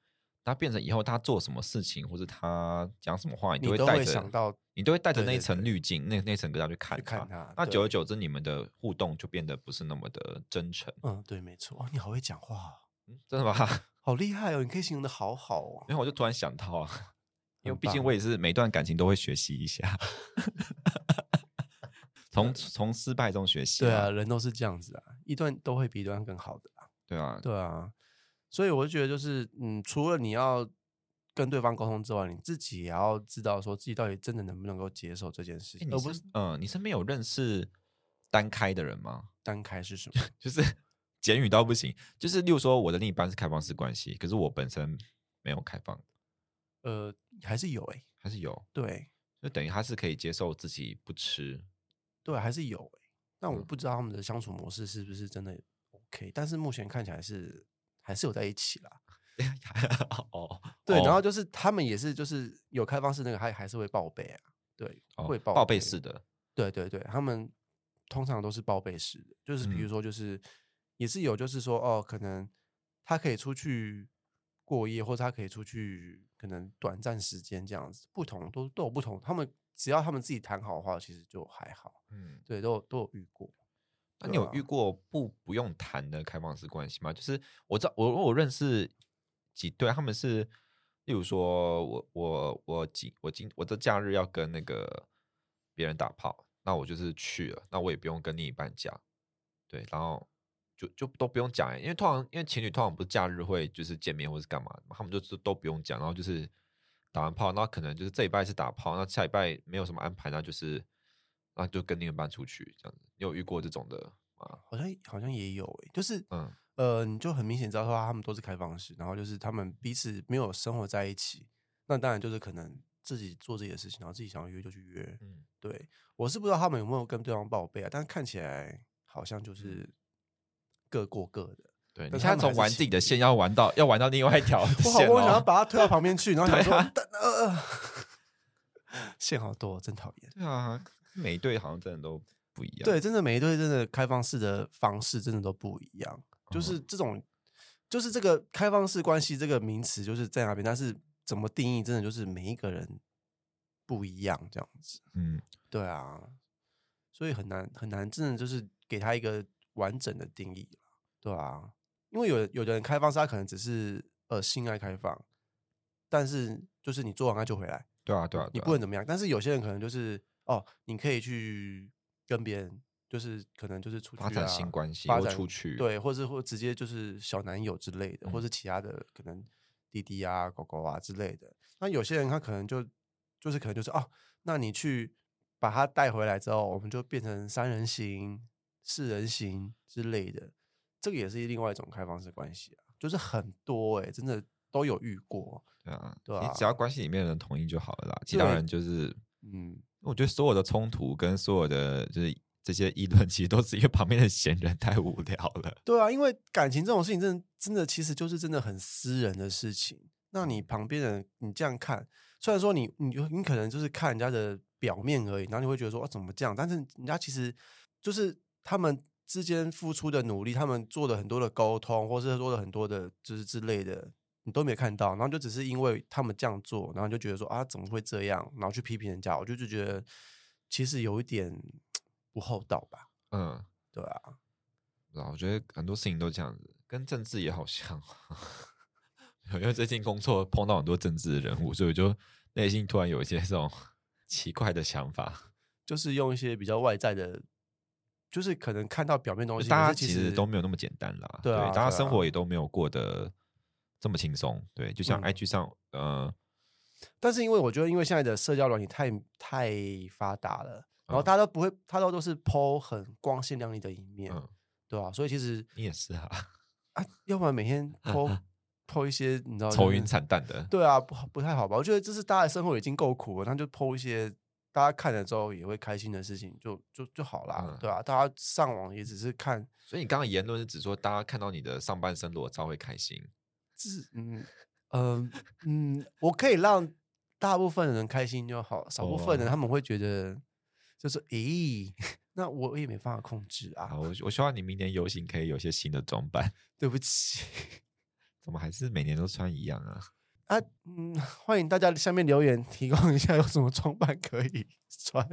S3: 那变成以后他做什么事情或者他讲什么话，你
S2: 你
S3: 会
S2: 都
S3: 带
S2: 会
S3: 着
S2: 想到
S3: 你都会带着
S2: 对
S3: 那一
S2: 对
S3: 层
S2: 对
S3: 滤镜，那那层疙瘩去看
S2: 去看他
S3: 那
S2: 对
S3: 久而久之，你们的互动就变得不是那么的真诚。
S2: 嗯，对，没错。哦，你好会讲话哦、
S1: 嗯，真的吗？
S2: 好厉害哦！你可以形容的好好哦。
S1: 然后我就突然想到啊，因为
S2: 很
S1: 毕竟
S2: 棒
S1: 我也是每段感情都会学习一 下，从从失败中学习
S2: 对
S1: 嘛。
S2: 啊，人都是这样子啊，一段都会比一段更好的啊。
S1: 对啊，
S2: 对啊，所以我就觉得就是，嗯，除了你要跟对方沟通之外，你自己也要知道说自己到底真的能不能够接受这件事
S1: 诶
S2: 情，
S1: 你
S2: 而不
S1: 身
S2: 是
S1: 嗯，你身边有认识单开的人吗？
S2: 单开是什么。
S1: 就是 简语到不行，就是例如说我的另一半是开放式关系，可是我本身没有开放，
S2: 呃，还是有哎、
S1: 还是有，
S2: 对
S1: 就等于他是可以接受自己不吃，
S2: 对，还是有哎、但我
S1: 嗯
S2: 不知道他们的相处模式是不是真的 OK，但是目前看起来是还是有在一起啦。
S1: 哦，
S2: 对，然后
S1: 哦
S2: 就是他们也是就是有开放式那个还还是会报备啊，对，
S1: 哦
S2: 会报
S1: 报备式的，
S2: 对对对，他们通常都是报备式的，就是比
S1: 嗯
S2: 如说就是、也是有就是说哦，可能他可以出去过夜，或者他可以出去可能短暂时间这样子，不同都都有不同。他们只要他们自己谈好的话，其实就还好。
S1: 嗯，
S2: 对，都有都有遇过。
S1: 那
S2: 对
S1: 你有
S2: 啊
S1: 遇过不不用谈的开放式关系吗？就是我知道我我认识几对，他们是例如说我我我今我今我这假日要跟那个别人打炮，那我就是去了，那我也不用跟另一半讲，对，然后就就都不用讲欸、因为通常因为情侣通常不是假日会就是见面或是干嘛的嘛，他们就是都不用讲，然后就是打完炮，那可能就是这礼拜是打炮，那下礼拜没有什么安排，那就是那就跟另一半出去这样子。你有遇过这种的吗？
S2: 好像好像也有诶、就是
S1: 嗯，
S2: 呃，你就很明显知道说他们都是开放式，然后就是他们彼此没有生活在一起，那当然就是可能自己做自己的事情，然后自己想要约就去约。
S1: 嗯
S2: 对我是不知道他们有没有跟对方报备啊，但是看起来好像
S1: 嗯
S2: 就是各过各 的。
S1: 对，
S2: 但
S1: 你
S2: 是
S1: 现在
S2: 他们还
S1: 从
S2: 是
S1: 玩自
S2: 情
S1: 己的
S2: 侣
S1: 线要玩到要玩到另外一条
S2: 我好
S1: 线
S2: 不容易想要
S1: 了。
S2: 把他推到旁边去，然后想
S1: 哦对
S2: 说，
S1: 啊
S2: 但呃， 线好多，真讨厌。
S1: 对啊，每一对好像真的都不一样。
S2: 对，真的每一对真的开放式的方式真的都不一样，就是这种，就是这个开放式关系这个名词就是在那边，但是怎么定义，真的就是每一个人不一样这样子。
S1: 嗯，
S2: 对啊，所以很难很难，真的就是给他一个完整的定义啦对啊，因为有有的人开放式，他可能只是呃性爱开放，但是就是你做完他就回来，
S1: 对啊，对啊，
S2: 你
S1: 对啊
S2: 不能怎么样。但是有些人可能就是哦，你可以去跟别人，就是可能就是出去、
S1: 发
S2: 啊、
S1: 展新关系
S2: 发
S1: 或
S2: 展
S1: 出去嗯
S2: 对，或是或直接就是小男友之类的，或是其他的可能弟弟啊、狗狗啊之类的。那有些人他可能就就是可能就是哦，那你去把他带回来之后，我们就变成三人行、四人行之类的。这个也是另外一种开放式关系啊，就是很多哎、真的都有遇过，
S1: 对啊，
S2: 对
S1: 你只要关系里面的人同意就好了啦，其他
S2: 对
S1: 人就是
S2: 嗯，
S1: 我觉得所有的冲突跟所有的就是这些议论，其实都是因为旁边的闲人太无聊了。
S2: 对啊，因为感情这种事情真的，真的其实就是真的很私人的事情。那你旁边人，你这样看，虽然说你你就你可能就是看人家的表面而已，然后你会觉得说、啊、怎么这样，但是人家其实就是他们之间付出的努力，他们做了很多的沟通，或是做了很多的就是之类的，你都没看到，然后就只是因为他们这样做，然后你就觉得说啊怎么会这样，然后去批评人家，我就就觉得其实有一点不厚道吧，
S1: 嗯，
S2: 对啊。
S1: 不知道，我觉得很多事情都这样子，跟政治也好像。 因为最近工作碰到很多政治人物，所以我就内心突然有一些这种 奇怪的想法。
S2: 就是用一些比较外在的，就是可能看到表面东
S1: 就
S2: 西，
S1: 呃大
S2: 可
S1: 家
S2: 是
S1: 其
S2: 其
S1: 实
S2: 实
S1: 都没有那么简单啦，
S2: 对啊
S1: 大家
S2: 对
S1: 生
S2: 啊
S1: 活也都没有过得这么轻松。对，就像
S2: 嗯
S1: IG 上，呃，
S2: 但是因为我觉得，因为现在的社交软体太太发达了，然后
S1: 嗯
S2: 大家都不会，大家都是 PO 很光鲜亮丽的一面，
S1: 嗯，
S2: 对啊吧、所以其实
S1: 你也是啊，
S2: 啊，要不然 每天 PO PO 一些你知道
S1: 愁
S2: 就是
S1: 云惨淡的。
S2: 哦对啊，不好不太好吧？我觉得这是大家的生活已经够苦了，那就 PO 一些大家看了之后也会开心的事情，就就就好啦，
S1: 嗯
S2: 对吧、啊大家上网也只是看
S1: 所以你刚刚言论是指说，大家看到你的上半身裸照会开心。
S2: 嗯嗯嗯，我可以让大部分人开心就好，少部分人
S1: 哦
S2: 他们会觉得就是咦， 那我也没办法控制啊
S1: 好，，我我希望你明年游行可以有些新的装扮。
S2: 对不起
S1: 怎么还是每年都穿一样啊？
S2: 啊，嗯，欢迎大家下面留言提供一下有什么装扮可以 穿。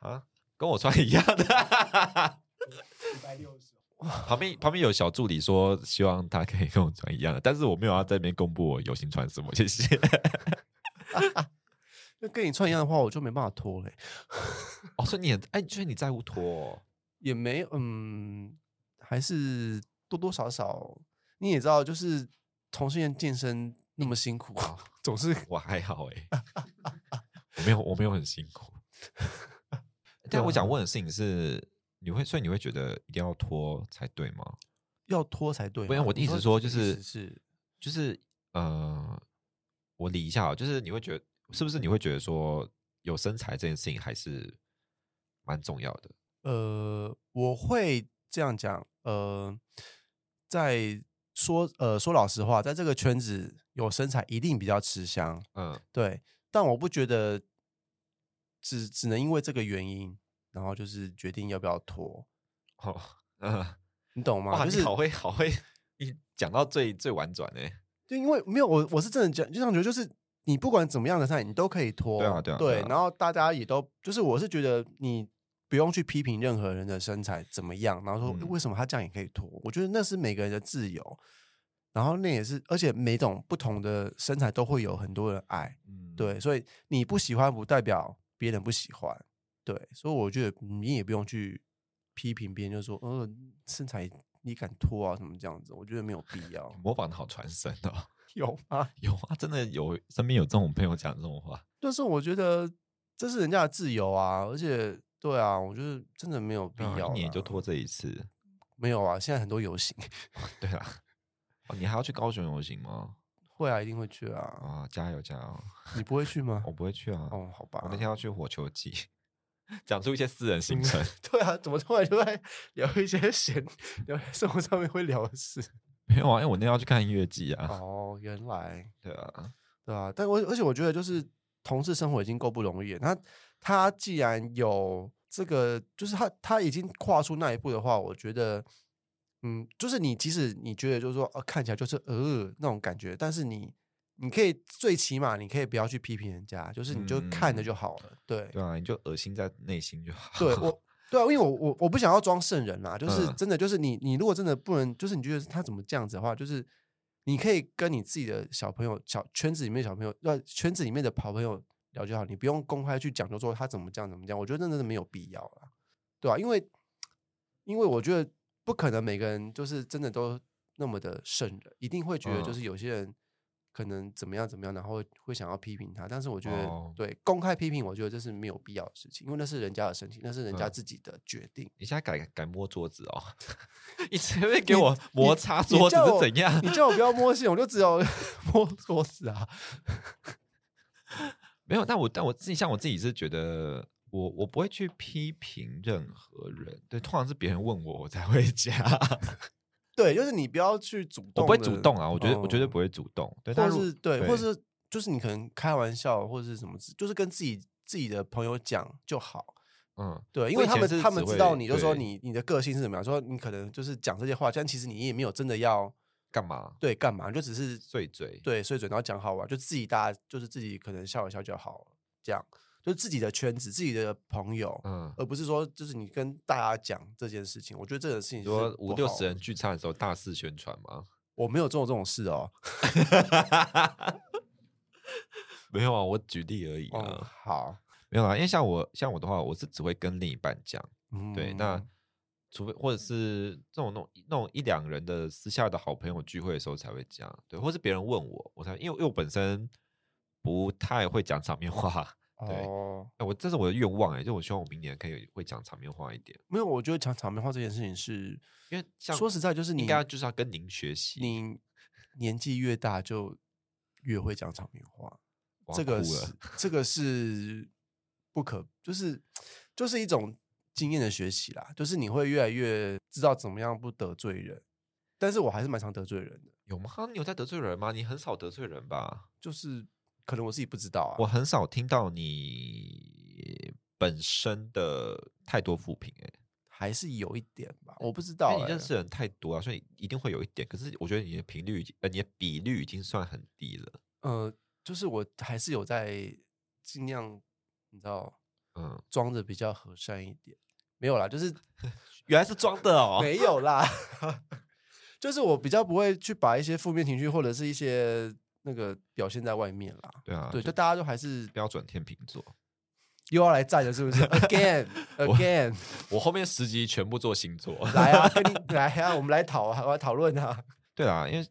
S1: 啊，跟我穿一样的。
S2: 一百六十，
S1: 旁边旁边有小助理说，希望他可以跟我穿一样的，但是我没有要在那边公布我有幸穿什么，谢谢。
S2: 那跟你穿一样的话，我就没办法脱欸嘞、
S1: 哦，所以你很哎，所以你在乎脱、哦，
S2: 也没嗯，还是多多少少你也知道，就是同性恋健身那么辛苦，总是
S1: 我还好哎、我没有我没有很辛 苦。但
S2: 啊
S1: 我想问的事情是，你会所以你会觉得一定要脱才对吗？
S2: 要脱才对嘛。
S1: 不是我的
S2: 你
S1: 意思啊说
S2: 你的
S1: 就是
S2: 意思是
S1: 就是呃，我理一下哦，就是你会觉得是不是你会觉得说有身材这件事情还是蛮重要的？
S2: 呃，我会这样讲，呃，在说呃说老实话，在这个圈子有身材一定比较吃香，
S1: 嗯，
S2: 对，但我不觉得只只能因为这个原因，然后就是决定要不要脱，
S1: 哦，嗯，
S2: 你懂吗？
S1: 哇，
S2: 就
S1: 你
S2: 是
S1: 好会好会，你讲到最最婉转哎、
S2: 就因为没有我，我是真的讲，就像觉得就是你不管怎么样的菜，你都可以脱，
S1: 对啊对啊对啊
S2: 然后大家也都就是我是觉得你不用去批评任何人的身材怎么样，然后说、诶
S1: 嗯
S2: 为什么他这样也可以脱，我觉得那是每个人的自由，然后那也是，而且每种不同的身材都会有很多人爱，
S1: 嗯，，
S2: 对，所以你不喜欢不代表别人不喜欢，对，所以我觉得你也不用去批评别人，就说呃身材你敢脱啊什么这样子，我觉得没有必要
S1: 模仿的好传神哦。
S2: 有啊。
S1: 有啊，真的有，身边有这种朋友讲这种话，
S2: 但是我觉得这是人家的自由啊，而且对啊，我觉得真的没有必
S1: 对啊
S2: 要啦、
S1: 一年也就拖这一次。
S2: 没有啊。现在很多游行
S1: 对啦，哦，你还要去高雄游行吗？
S2: 会啊，一定会去啊。
S1: 啊，加油加油！
S2: 你不 会去吗
S1: 我？不会去啊，
S2: 哦，好吧。
S1: 我那天要去火球季， 讲出一些私人行程。
S2: 对啊，怎么突然就在聊一些闲聊生活上面会聊的事？
S1: 没有啊，因为我那天要去看音乐季啊。
S2: 哦，原来
S1: 对啊，
S2: 对啊，但我而且我觉得就是同事生活已经够不容易了，那他既然有这个，就是他他已经跨出那一步的话，我觉得，嗯，就是你即使你觉得就是说，呃，看起来就是呃那种感觉，但是你你可以最起码你可以不要去批评人家，就是你就看着
S1: 嗯
S2: 就好了，对
S1: 对啊，你就恶心在内心就好。
S2: 对我。对啊，因为我我我不想要装圣人啦，就是
S1: 嗯
S2: 真的，就是你你如果真的不能，就是你觉得他怎么这样子的话，就是你可以跟你自己的小朋友、小圈子里面的小朋友，呃，圈子里面的好朋友聊就好，你不用公开去讲究说他怎么这样怎么这样，我觉得真的是没有必要啦，对啊，因为因为我觉得不可能每个人就是真的都那么的圣人，一定会觉得就
S1: 嗯
S2: 是有些人可能怎么样怎么样，然后会想要批评他，但是我觉得、
S1: 哦
S2: 对公开批评，我觉得这是没有必要的事情，因为那是人家的身体，那是人家
S1: 嗯
S2: 自己的决定。
S1: 你现在改改摸桌子哦， 你前面给我摩擦桌子
S2: 你叫
S1: 是
S2: 我
S1: 怎样
S2: 你？叫我不要摸线，我就只有 摸桌子啊。
S1: 没有，但我但我自己像我自己是觉得。我我不会去批评任何人，对，通常是别人问我，我才会讲，
S2: 对，就是你不要去主动的，
S1: 我不会主动啊，我觉得、我绝对
S2: 嗯
S1: 不会主动，对，但
S2: 或
S1: 如
S2: 是对，
S1: 对
S2: 或是就是你可能开玩笑，或是什么，就是跟自己自己的朋友讲就好。
S1: 嗯，
S2: 对，因
S1: 我
S2: 为
S1: 以
S2: 他
S1: 前
S2: 们
S1: 是
S2: 他
S1: 只
S2: 们知
S1: 会
S2: 道你就说
S1: 对
S2: 你你的个性是怎么样，说你可能就是讲这些话，但其实你也没有真的要
S1: 干嘛
S2: 对干嘛，你就只是
S1: 碎嘴？
S2: 对碎嘴，然后讲好玩，就自己大家就是自己可能笑一笑就好了，这样就自己的圈子、自己的朋友，
S1: 嗯，
S2: 而不是说就是你跟大家讲这件事情。我觉得这个事情
S1: 你
S2: 是
S1: 说
S2: 不
S1: 五六
S2: 好
S1: 十人，聚餐的时候大肆宣传吗？
S2: 我没有做这种事哦。
S1: 没有啊，我举例而已啊，
S2: 哦，好，
S1: 没有啊，因为像我像我的话，我是只会跟另一半讲， 对，那
S2: 嗯
S1: 除非或者是这种那种那种一两人的私下的好朋友聚会的时候才会讲，对，或是别人问我，我才因为因为我本身不太会讲场面话，对
S2: 哦，
S1: 哎我这是我的愿望哎、就我希望我明年可以会讲场面话一点，
S2: 没有，我觉得讲场面话这件事情是，
S1: 因为像
S2: 说实在就是你
S1: 应该就是要跟您学习，
S2: 你年纪越大就越会讲场面话，
S1: 我要
S2: 这个
S1: 哭了
S2: 是这个是不可，就是就是一种经验的学习啦，就是你会越来越知道怎么样不得罪人，但是我还是蛮常得罪人的，
S1: 有吗？ 你有在得罪人吗？你很少得罪人吧？
S2: 就是可能我自己不知道啊，
S1: 我很少听到你本身的太多负评、欸，
S2: 还是有一点吧，我不知
S1: 哎，
S2: 道、
S1: 因为
S2: 欸，
S1: 你认识的人太多啊，所以一定会有一点。可是我觉得你的频率已经，呃，你的比率已经算很低了。
S2: 呃，就是我还是有在尽量，你知道，
S1: 嗯，
S2: 装着比较和善一点。没有啦，就是
S1: 原来是装的哦。
S2: 没有啦， 就是我比较不会去把一些负面情绪或者是一些那个表现在外面啦。
S1: 对啊，
S2: 对，
S1: 就
S2: 就大家都还是
S1: 标准天秤座。
S2: 又要来站了，是不是？Again, again，
S1: 我后面十集全部做星座。
S2: 来啊，跟你来啊，我们来讨啊，我来讨论啊。
S1: 对啊，因为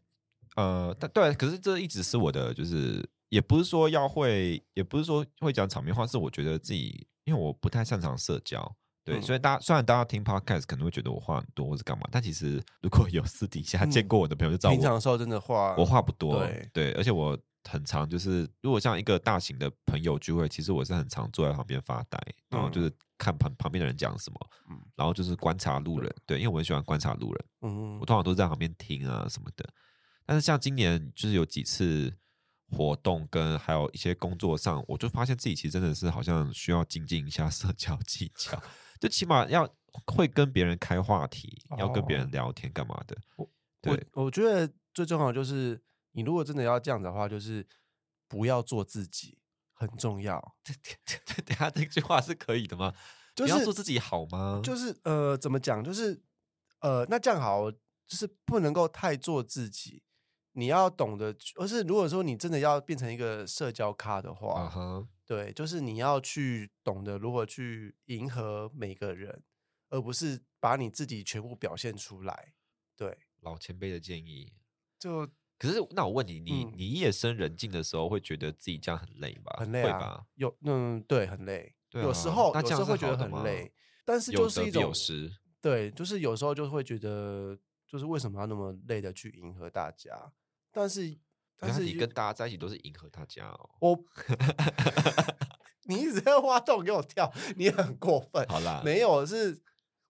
S1: 呃，但对啊，可是这一直是我的，就是也不是说要会，也不是说会讲场面话，是我觉得自己，因为我不太擅长社交。对，
S2: 嗯
S1: 所以大家虽然大家听 podcast 可能会觉得我话很多或是干嘛，但其实如果有私底下
S2: 嗯
S1: 见过我的朋友就知道
S2: 平
S1: 我
S2: 常的时候真的话，
S1: 我话不多，
S2: 对
S1: 而且我很常就是，如果像一个大型的朋友聚会，其实我是很常坐在旁边发呆，然后就是看旁旁边的人讲什么，
S2: 嗯
S1: 然后就是观察路人，对，因为我很喜欢观察路人，
S2: 嗯
S1: 我，通常都是在旁边听啊什么的。但是像今年就是有几次活动跟还有一些工作上，我就发现自己其实真的是好像需要精进一下社交技巧， 就起码要会跟别人开话题，要跟别人
S2: 哦
S1: 聊天干嘛的。对
S2: 我我觉得最重要的就是，你如果真的要这样子的话，就是不要做自己，很重要。
S1: 等一下这句话是可以的吗？
S2: 就
S1: 你要做
S2: 是
S1: 自己好吗？
S2: 就是呃，怎么讲？就是呃，那这样好，就是不能够太做自己。你要懂得去，而是如果说你真的要变成一个社交咖的话，
S1: 啊哈，
S2: 对，就是你要去懂得如何去迎合每个人，而不是把你自己全部表现出来。对，
S1: 老前辈的建议。
S2: 就
S1: 可是，那我问你，你、
S2: 嗯
S1: 你夜深人静的时候，会觉得自己这样很累吧？
S2: 很累
S1: 会
S2: 啊
S1: 吧？，
S2: 有嗯，对，很累。
S1: 对
S2: 有时
S1: 啊
S2: 候
S1: 那这
S2: 有时
S1: 样
S2: 候
S1: 是
S2: 会觉
S1: 好
S2: 得
S1: 的
S2: 很
S1: 吗
S2: 累，但是
S1: 有
S2: 就
S1: 得
S2: 是一
S1: 必有
S2: 种
S1: 失，
S2: 对，就是有时候就会觉得，就是为什么要那么累的去迎合大家？但是但
S1: 但是
S2: 是
S1: 你
S2: 又
S1: 跟大家在一起都是迎合大家 哦。
S2: 我，你一直在挖洞给我跳，你很过 分。
S1: 好啦，
S2: 没有，是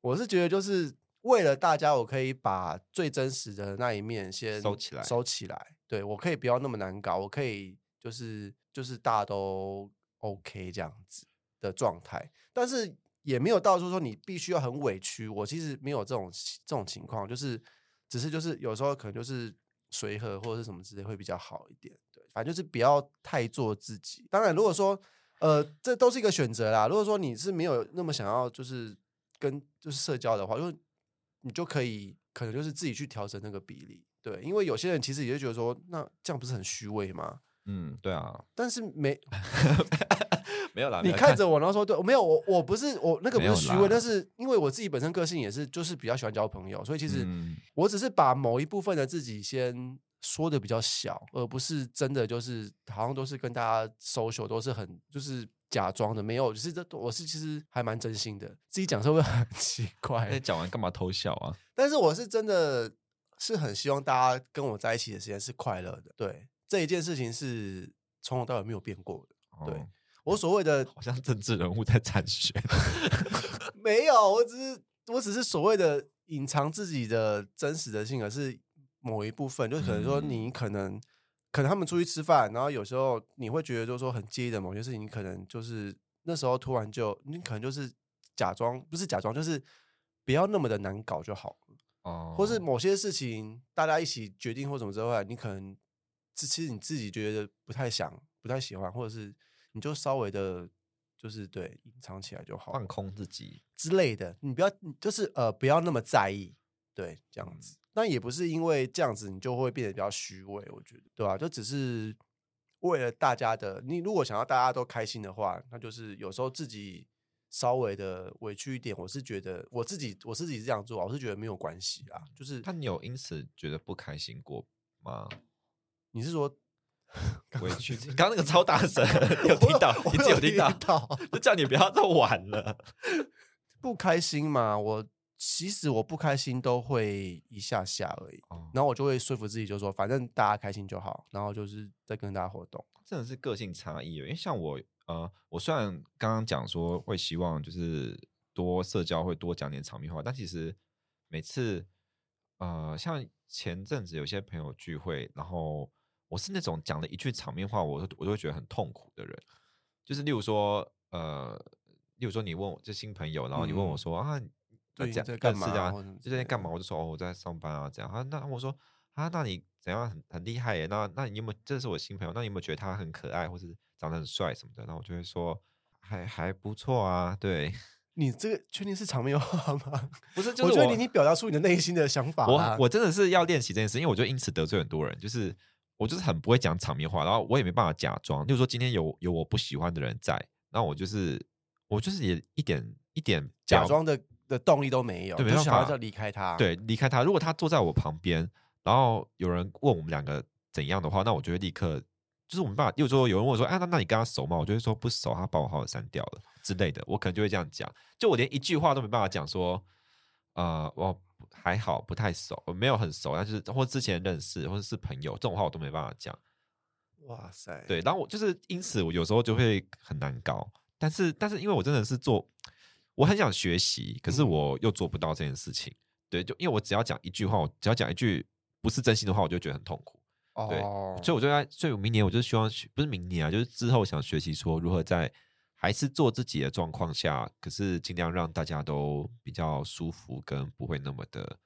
S2: 我是觉得就是为了大家，我可以把最真实的那一面先
S1: 收起来
S2: 收起来。对我可以不要那么难搞，我可以就是就是大家都 OK 这样子的状态，但是也没有到说说你必须要很委屈。我其实没有这种这种情况，就是只是就是有时候可能就是。随和或者是什么之类会比较好一点，对，反正就是不要太做自己。当然，如果说呃，这都是一个选择啦。如果说你是没有那么想要，就是跟就是社交的话，因为你就可以可能就是自己去调整那个比例。对，因为有些人其实也会觉得说，那这样不是很虚伪吗？
S3: 嗯，对啊，
S2: 但是没，
S1: 没有啦，
S2: 你看着我，然后说对，没有我，我不是我那个
S3: 没
S2: 不是
S3: 有
S2: 虚
S3: 啦
S2: 伪，但是因为我自己本身个性也是，就是比较喜欢交朋友，所以其实
S3: 嗯
S2: 我只是把某一部分的自己先说的比较小，而不是真的就是好像都是跟大家 social 都是很就是假装的，没有，就是这我是其实还蛮真心的，自己讲是会很 奇
S1: 那
S2: 怪，
S1: 讲完干嘛偷笑啊？
S2: 但是我是真的是很希望大家跟我在一起的时间是快乐的，对这一件事情是从头到尾没有变过的。对
S3: 哦
S2: 我所谓的
S1: 好像政治人物在参选。
S2: 没有，我只是我只是所谓的隐藏自己的真实的性格是某一部分，就可能说
S3: 嗯
S2: 你可能、可能他们出去吃饭，然后有时候你会觉得就是说很介意的某些事情，你可能就是那时候突然就你可能就是假装不是假装，就是不要那么的难搞就好了，
S1: 哦
S2: 或是某些事情大家一起决定或什么之外，你可能自其实你自己觉得不太想、不太喜欢，或者是你就稍微的。就是对隐藏起来就好了，
S1: 放空自己，
S2: 之类的，你不要你就是呃不要那么在意，对，
S1: 嗯
S2: 这样子。但也不是因为这样子你就会变得比较虚伪，我觉得，对吧、啊就只是为了大家的，你如果想要大家都开心的话，那就是有时候自己稍微的委屈一点，我是觉得我自己我自己是这样做啊，我是觉得没有关系啦。就是
S1: 但你有因此觉得不开心过吗？
S2: 你 是说，
S1: 委屈， 刚刚那个超大声，你有听到？
S2: 我
S1: 你自己有听
S2: 听
S1: 到？
S2: 到
S1: 就叫你不要再玩了。
S2: 不开心嘛？我其实我不开心都会一下下而已。
S1: 哦，
S2: 然后我就会说服自己，就说反正大家开心就好，然后就是在跟大家活动。
S1: 真的是个性差异耶，哦因为像我，呃，我虽然刚刚讲说会希望就是多社交，会多讲点场面话，但其实每次，呃，像前阵子有些朋友聚会，然后我是那种讲了一句场面话，我都我都会觉得很痛苦的人，就是例如说，呃，例如说你问我这新朋友，然后你问我
S2: 嗯
S1: 说、啊，那
S2: 最近
S1: 这样
S2: 在干
S1: 认识
S2: 嘛
S1: 这样
S2: 或什么之
S1: 最啊近在
S2: 类
S1: 干
S2: 的
S1: 嘛？我就说哦，我在上班啊，这样。他那我说啊，那你怎样很很厉害耶？那那你有没有？这是我新朋友，那你有没有觉得他很可爱，或是长得很帅什么的？那我就会说还还不错啊，对，
S2: 你这个确定是场面 话吗？
S1: 不 是，就
S2: 我
S1: 是
S2: 觉得你已
S1: 我
S2: 经表达出你的内心的想法啦
S1: 我我真的是要练习这件事，因为我就因此得罪很多人，就是我就是很不会讲场面话，然后我也没办法假装。例如说今天有有我不喜欢的人在，那我就是我就是也一点一点
S2: 假
S1: 表
S2: 装的的动力都没有，
S1: 对没
S2: 就
S1: 办
S2: 想要
S1: 法
S2: 要离开他。，
S1: 对，离开他。如果他坐在我旁边，然后有人问我们两个怎样的话，那我就会立刻就是我们办法。又说有人问我说：“啊，那那你跟他熟吗？”我就会说不熟，他把我好友删掉了之类的。我可能就会这样讲，就我连一句话都没办法讲说，呃，我还好，不太熟，我没有很熟，但是或之前认识或者是朋友这种话我都没办法讲。
S2: 哇塞，
S1: 对，然后我就是因此我有时候就会很难搞，但是但是因为我真的是做，我很想学习，可是
S2: 嗯
S1: 我又做不到这件事情。对，就因为我只要讲一句话，我只要讲一句不是真心的话，我就觉得很痛苦。对
S2: 哦，
S1: 所以我就在，所以我明年我就希望学，不是明年啊，就是之后想学习说如何在还是做自己的状况下，可是尽量让大家都比较舒服，跟不会那么的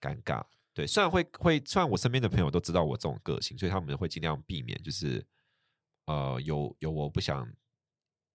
S1: 尴尬。对，虽然会会，虽然我身边的朋友都知道我这种个性，所以他们会尽量避免，就是呃，有有我不想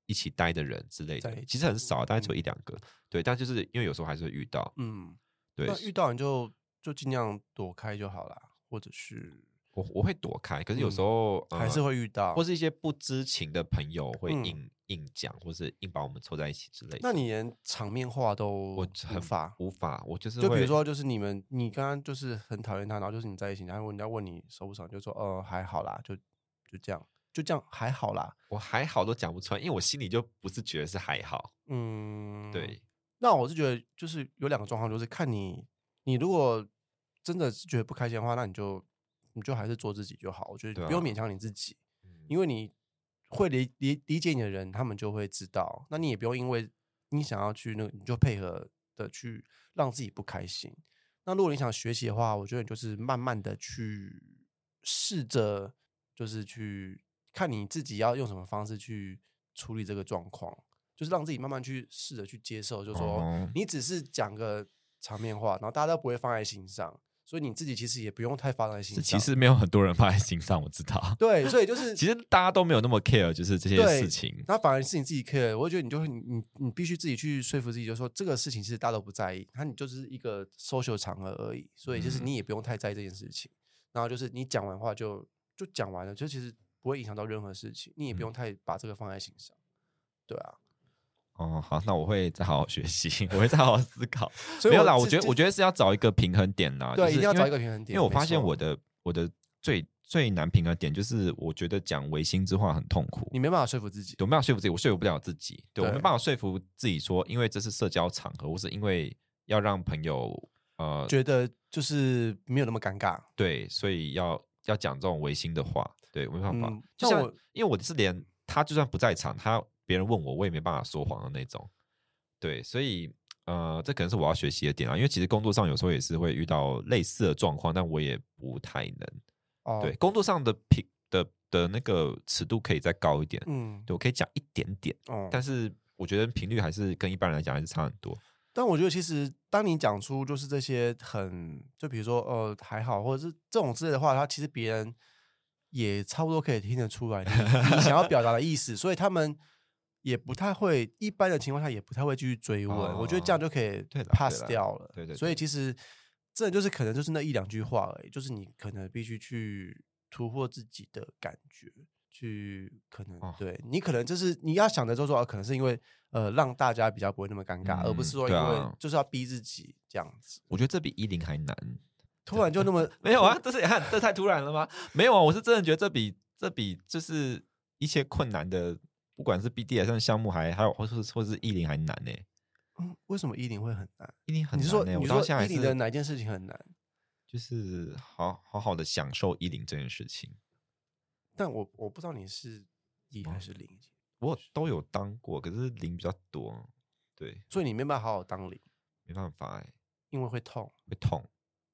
S1: 一起待的人之类
S2: 在一
S1: 的，
S2: 起
S1: 其实很少，啊大概只有一两个。对，但就是因为有时候还是会遇到。
S2: 嗯，
S1: 对，
S2: 那遇到你就就尽量躲开就好啦，或者是
S1: 我我会躲开，可是有时
S2: 嗯
S1: 候、呃、
S2: 还是会遇到。
S1: 或是一些不知情的朋友会
S2: 嗯
S1: 硬、硬讲，或是硬把我们凑在一起之类的。
S2: 那你连场面话都
S1: 我
S2: 无
S1: 很
S2: 法。
S1: 无法，我就是
S2: 就比
S1: 会
S2: 如说，就是你们，你刚刚就是很讨厌他，然后就是你在一起，然后人家问你熟不熟，你就说呃还好啦，就就这样，就这样还好啦。
S1: 我还好都讲不出来，因为我心里就不是觉得是还好。
S2: 嗯，
S1: 对，
S2: 那我是觉得，就是有两个状况，就是看你，你如果真的是觉得不开心的话，那你就你就还是做自己就好。我觉
S1: 对
S2: 得
S1: 啊
S2: 不用勉强你自己，
S1: 嗯
S2: 因为你会理理理解你的人，他们就会知道。那你也不用因为你想要去那个，你就配合的去让自己不开心。那如果你想学习的话，我觉得你就是慢慢的去试着，就是去看你自己要用什么方式去处理这个状况，就是让自己慢慢去试着去接受，就说。
S1: 哦
S2: 你只是讲个场面话，然后大家都不会放在心上，所以你自己其实也不用太放在心
S3: 这
S2: 上。
S3: 其实没有很多人放在心上，我知道。
S2: 对，所以 就是
S3: 其实大家都没有那么 care，就是这些
S2: 对
S3: 事情。
S2: 那反而是你自己 care，我觉得你就会你你你必须自己去说服自己，就说这个事情其实大家都不在意，它你就是一个 social 场合而已，所以就是
S1: 嗯
S2: 你也不用太在意这件事情。然后就是你讲完话就就讲完了，就其实不会影响到任何事情，你也
S3: 嗯
S2: 不用太把这个放在心上。对啊，
S3: 哦，好，那我会再好好学习，我会再好好思考。
S2: 所以
S3: 没有
S2: 我
S3: 啦，
S2: 自
S3: 我觉得
S2: 自
S3: 我觉得是要找一个平衡点啦。
S2: 对
S3: 就是
S2: 一定要
S3: 因
S2: 找
S3: 为
S2: 一个平衡点
S3: 因为我
S2: 没
S3: 发现
S2: 错
S3: 我的我的最最难平衡点就是，我觉得讲违心之话很痛苦。
S2: 你没办法说服自己。
S3: 我没办法说服自己，我说服不了自己，对我没
S2: 对
S3: 办法说服自己说，因为这是社交场合，或是因为要让朋友呃啊
S2: 觉得就是没有那么尴尬，
S3: 对，所以要要讲这种违心的话，对，我没办法。
S2: 嗯
S3: 就
S2: 像
S3: 像
S2: 我
S3: 因为我是连他就算不在场，他别人问我，我也没办法说谎的那种。对，所以呃，这可能是我要学习的点啊，因为其实工作上有时候也是会遇到类似的状况，但我也不太能。
S2: 哦，
S3: 对，，工作上的平的的那个尺度可以再高一点，
S2: 嗯，
S3: 对我可以讲一点点，
S2: 哦，但
S3: 但是我觉得频率还是跟一般人来讲还是差很多。
S2: 但我觉得其实当你讲出就是这些很，就比如说呃还好，或者是这种之类的话，他其实别人也差不多可以听得出来你你想要表达的意思，所以他们也不太会，一般的情况下也不太会继续追问。我觉得这样就可以
S3: 对啦对啦
S2: pass 掉了。
S1: 对对
S2: 所以
S1: 对
S2: 其实真的就是可能就是那一两句话而已，就是你可能必须去突破自己的感觉。去可能、
S1: 哦
S2: 对你可能就是你要想着就是说、啊可能是因为呃让大家比较不会那么尴尬，而不
S3: 嗯
S2: 是说因
S3: 对
S2: 为
S3: 啊
S2: 就是要逼自己这样子，
S3: 我觉得这比一零还难。
S2: 突然就那么
S3: 没 有啊，这是这太突然了吗？没有啊，我是真的觉得这比这比就是一些困难的，不管是 BDS 的项目还还有或是或是一零还难呢、
S2: 嗯为什么一零会很难？
S3: 一零很
S2: 你是说
S3: 难呢、欸
S2: 你
S3: 我
S2: 是
S3: 到现在
S2: 说
S3: 还
S2: 一零的
S3: 是
S2: 哪一件事情很难？
S3: 就是好好好的享受一零这件事情。
S2: 但我我不知道你是一还是零，
S3: 我都有当过，可是零比较多，对，
S2: 所以你没办法好好当零，
S3: 没办法哎、
S2: 因为会痛，
S3: 会痛。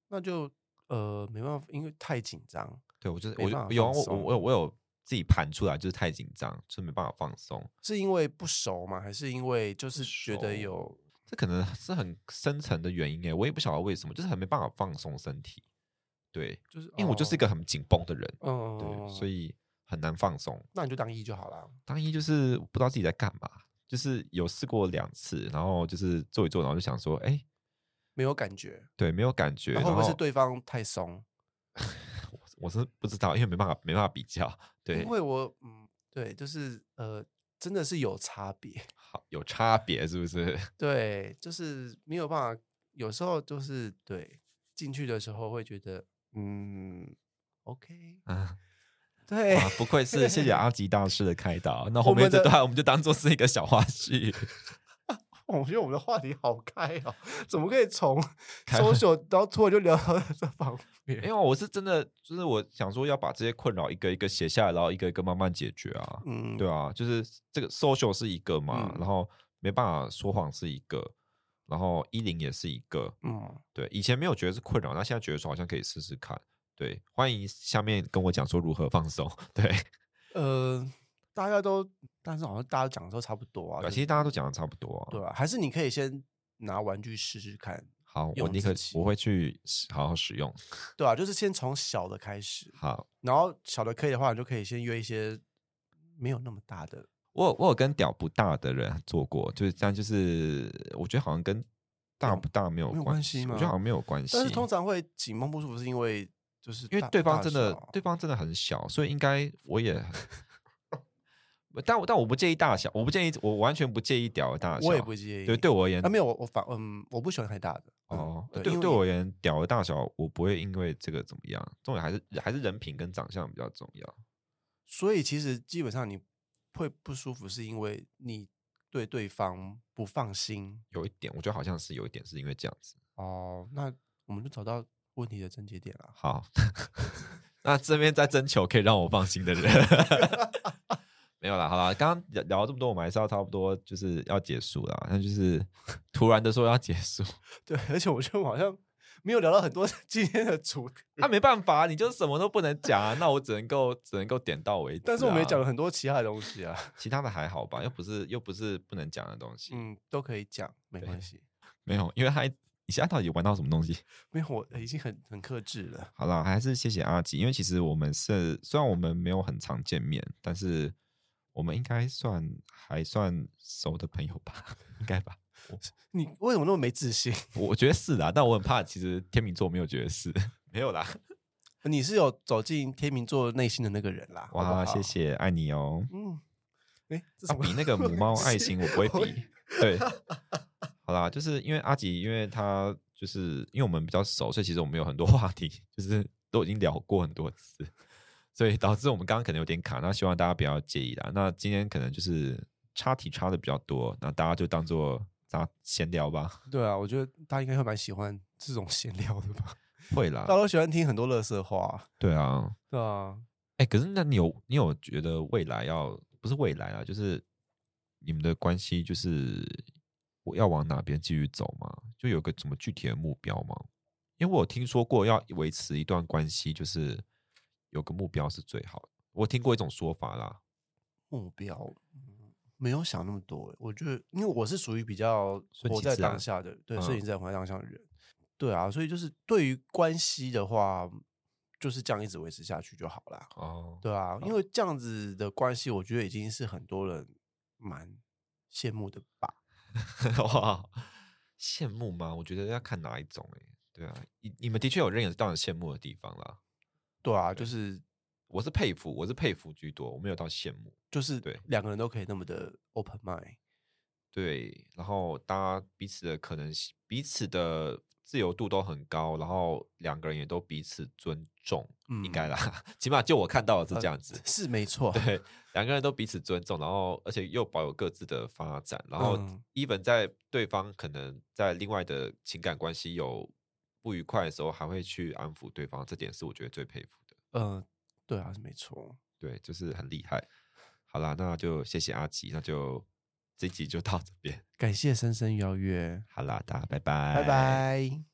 S2: 那就呃没办法，因为太紧张，
S3: 对我就是
S2: 没
S3: 我
S2: 办法
S3: 就有啊
S2: 放
S3: 我
S2: 松
S3: 我我有我有自己盘出来，就是太紧张，就是没办法放松。
S2: 是因为不熟吗？还是因为就是觉得
S3: 熟
S2: 有
S3: 这可能是很深层的原因
S1: 欸
S3: 诶，我也不晓得为什么，就是很没办法放松身体。对，
S2: 就是
S3: 因为我就是一
S2: 哦
S3: 个很紧绷的人，
S2: 嗯，
S3: 对，所以很难放松。
S2: 那你就当一就好了。
S3: 当一就是不知道自己在干嘛，
S1: 就是有试过两次，然后就是做一做，然后就想说，哎、
S2: 没有感觉，
S1: 对，没有感觉，
S2: 然
S1: 然
S2: 后会
S1: 后
S2: 不会是对方太松？
S1: 我我是不知道，因为没办法没办法比较，对
S2: 因，为我嗯，对，就是呃，真的是有差别，
S1: 好有差别是不是？
S2: 对，就是没有办法，有时候就是对进去的时候会觉得嗯，OK，
S1: 啊，
S2: 对，
S1: 哇，不愧是谢谢阿吉大师的开导，那后
S2: 哎我
S1: 面
S2: 们
S1: 这
S2: 的
S1: 段我们就当做是一个小花絮。
S2: 我觉得我们的话题好开哦，怎么可以 从
S1: 开玩
S2: social 然后突然就聊到这方面？
S1: 因为啊我是真的，就是我想说要把这些困扰一个一个写下来，然后一个一个慢慢解决啊。
S2: 嗯，
S1: 对啊，就是这个 social 是一个嘛，
S2: 嗯
S1: 然后没办法说谎是一个，然后衣领也是一个。
S2: 嗯，
S1: 对，以前没有觉得是困扰，那现在觉得说好像可以试试看。对，欢迎下面跟我讲说如何放松。 对，
S2: 呃，大家都，但是好像大家讲的都差不多啊，
S1: 对
S2: 就
S1: 其实大家都讲的差不多啊。
S2: 对啊，还是你可以先拿玩具试试看，
S1: 好，我
S2: 用
S1: 立
S2: 自
S1: 刻
S2: 己
S1: 我会去使好好使用。
S2: 对啊，就是先从小的开始，
S1: 好，
S2: 然后小的可以的话，你就可以先约一些没有那么大的，
S1: 我有我有跟屌不大的人做过，就是但就是我觉得好像跟大
S2: 有
S1: 不大没有
S2: 没有
S1: 关
S2: 关系
S1: 我
S2: 吗
S1: 觉得好像没有关系。
S2: 但是通常会紧绷不舒服，是因为就是
S1: 因为
S2: 大
S1: 对方
S2: 大
S1: 真的
S2: 小
S1: 对方真的很小，所以应该我也，但我但我不介意大小，我不介意，我完全不介意屌的大小，
S2: 我也不介意，
S1: 对对我而言
S2: 啊，没有我我反嗯，我不喜欢太大的嗯
S1: 哦，
S2: 对
S1: 对
S2: 因为
S1: 对我而言，屌的大小我不会因为这个怎么样，重点还是还是人品跟长相比较重要。
S2: 所以其实基本上你会不舒服，是因为你对对方不放心
S1: 有一点，我觉得好像是有一点是因为这样子。
S2: 哦。那我们就找到问题的症结点了。
S1: 好， 那这边在征求可以让我放心的人， 没有啦，好啦，刚刚聊聊了这么多，我们还是要差不多就是要结束啦。那就是突然的说要结束，
S2: 对，而且我觉得我好像没有聊到很多 今天的主题，
S1: 那、啊没办法，你就什么都不能讲啊。那我只能够只能够点到为止、啊
S2: 但是我们啊也讲了，很多其他的东西啊。
S1: 其他的还好吧，又不是又不是不能讲的东西。
S2: 嗯，都可以讲，没
S1: 对
S2: 关系。
S1: 没有，因为他你现在到底玩到什么东西？
S2: 没有，我已经很很克制了。
S1: 好啦，还是谢谢阿吉，因为其实我们是虽然我们没有很常见面，但是我们应该算还算熟的朋友吧，应该吧？
S2: 你为什么那么没自信？
S1: 我我觉得是啦，但我很怕，其实天秤座没有觉得是， 没有啦。
S2: 你是有走进天秤座内心的那个人啦。好不
S1: 哇，
S2: 好
S1: 谢。谢，爱你哦。
S2: 嗯，哎，这
S1: 他
S2: 什么
S1: 啊比那个母猫爱心，我不会
S2: 我
S1: 比。 对，好啦，就是因为阿吉，因为他就是因为我们比较熟，所以其实我们有很多 话题，就是都已经聊过很多次，所以导致我们刚刚可能有点卡。那希望大家不要介意啦。那今天可能就是插题插的比较多，那大家就当做大家闲聊吧。
S2: 对啊，我觉得大家应该会蛮喜欢这种闲聊的吧。
S1: 会啦
S2: 大，家都喜欢听很多乐色话，
S1: 对啊。
S2: 对啊，
S1: 哎、可是那你有你有觉得未来要不是未来啊，就是你们的关系就是我要往哪边继续走吗？就有个什么具体的目标吗？因为我有听说过要维持一段关系，就是有个目标是最好的。我听过一种说法啦，
S2: 目标嗯没有想那么多欸。我觉得，因为我是属于比较
S1: 顺
S2: 活
S1: 其
S2: 在
S1: 自
S2: 当
S1: 然
S2: 下的，对，
S1: 嗯
S2: 顺其自然活在当下的人，对啊，所以就是对于关系的话，就是这样一直维持下去就好啦。
S1: 哦，
S2: 对啊，因为这样子的关系，我觉得已经是很多人蛮羡慕的吧。
S1: 哇，羡慕吗？我觉得要看哪一种哎、对啊，你你们的确有让人让人羡慕的地方啦。
S2: 对啊，就是
S1: 我是佩服，我是佩服居多，我没有到羡慕。
S2: 就是
S1: 对
S2: 两个人都可以那么的 open mind，
S1: 对，然后大家彼此的可能性、彼此的自由度都很高，然后两个人也都彼此尊重，应该
S2: 嗯
S1: 啦，起码就我看到的是
S2: 呃
S1: 这样子。
S2: 是没错。
S1: 对，两个人都彼此尊重，然后而且又保有各自的发展，然后
S2: 嗯
S1: even 在对方可能在另外的情感关系有不愉快的时候，还会去安抚对方，这点是我觉得最佩服的。
S2: 嗯、对啊，是没错。
S1: 对，就是很厉害。好啦，那就谢谢阿吉，那就这集就到这边。
S2: 感谢深深邀约，
S1: 好啦，大家拜拜，
S2: 拜。拜。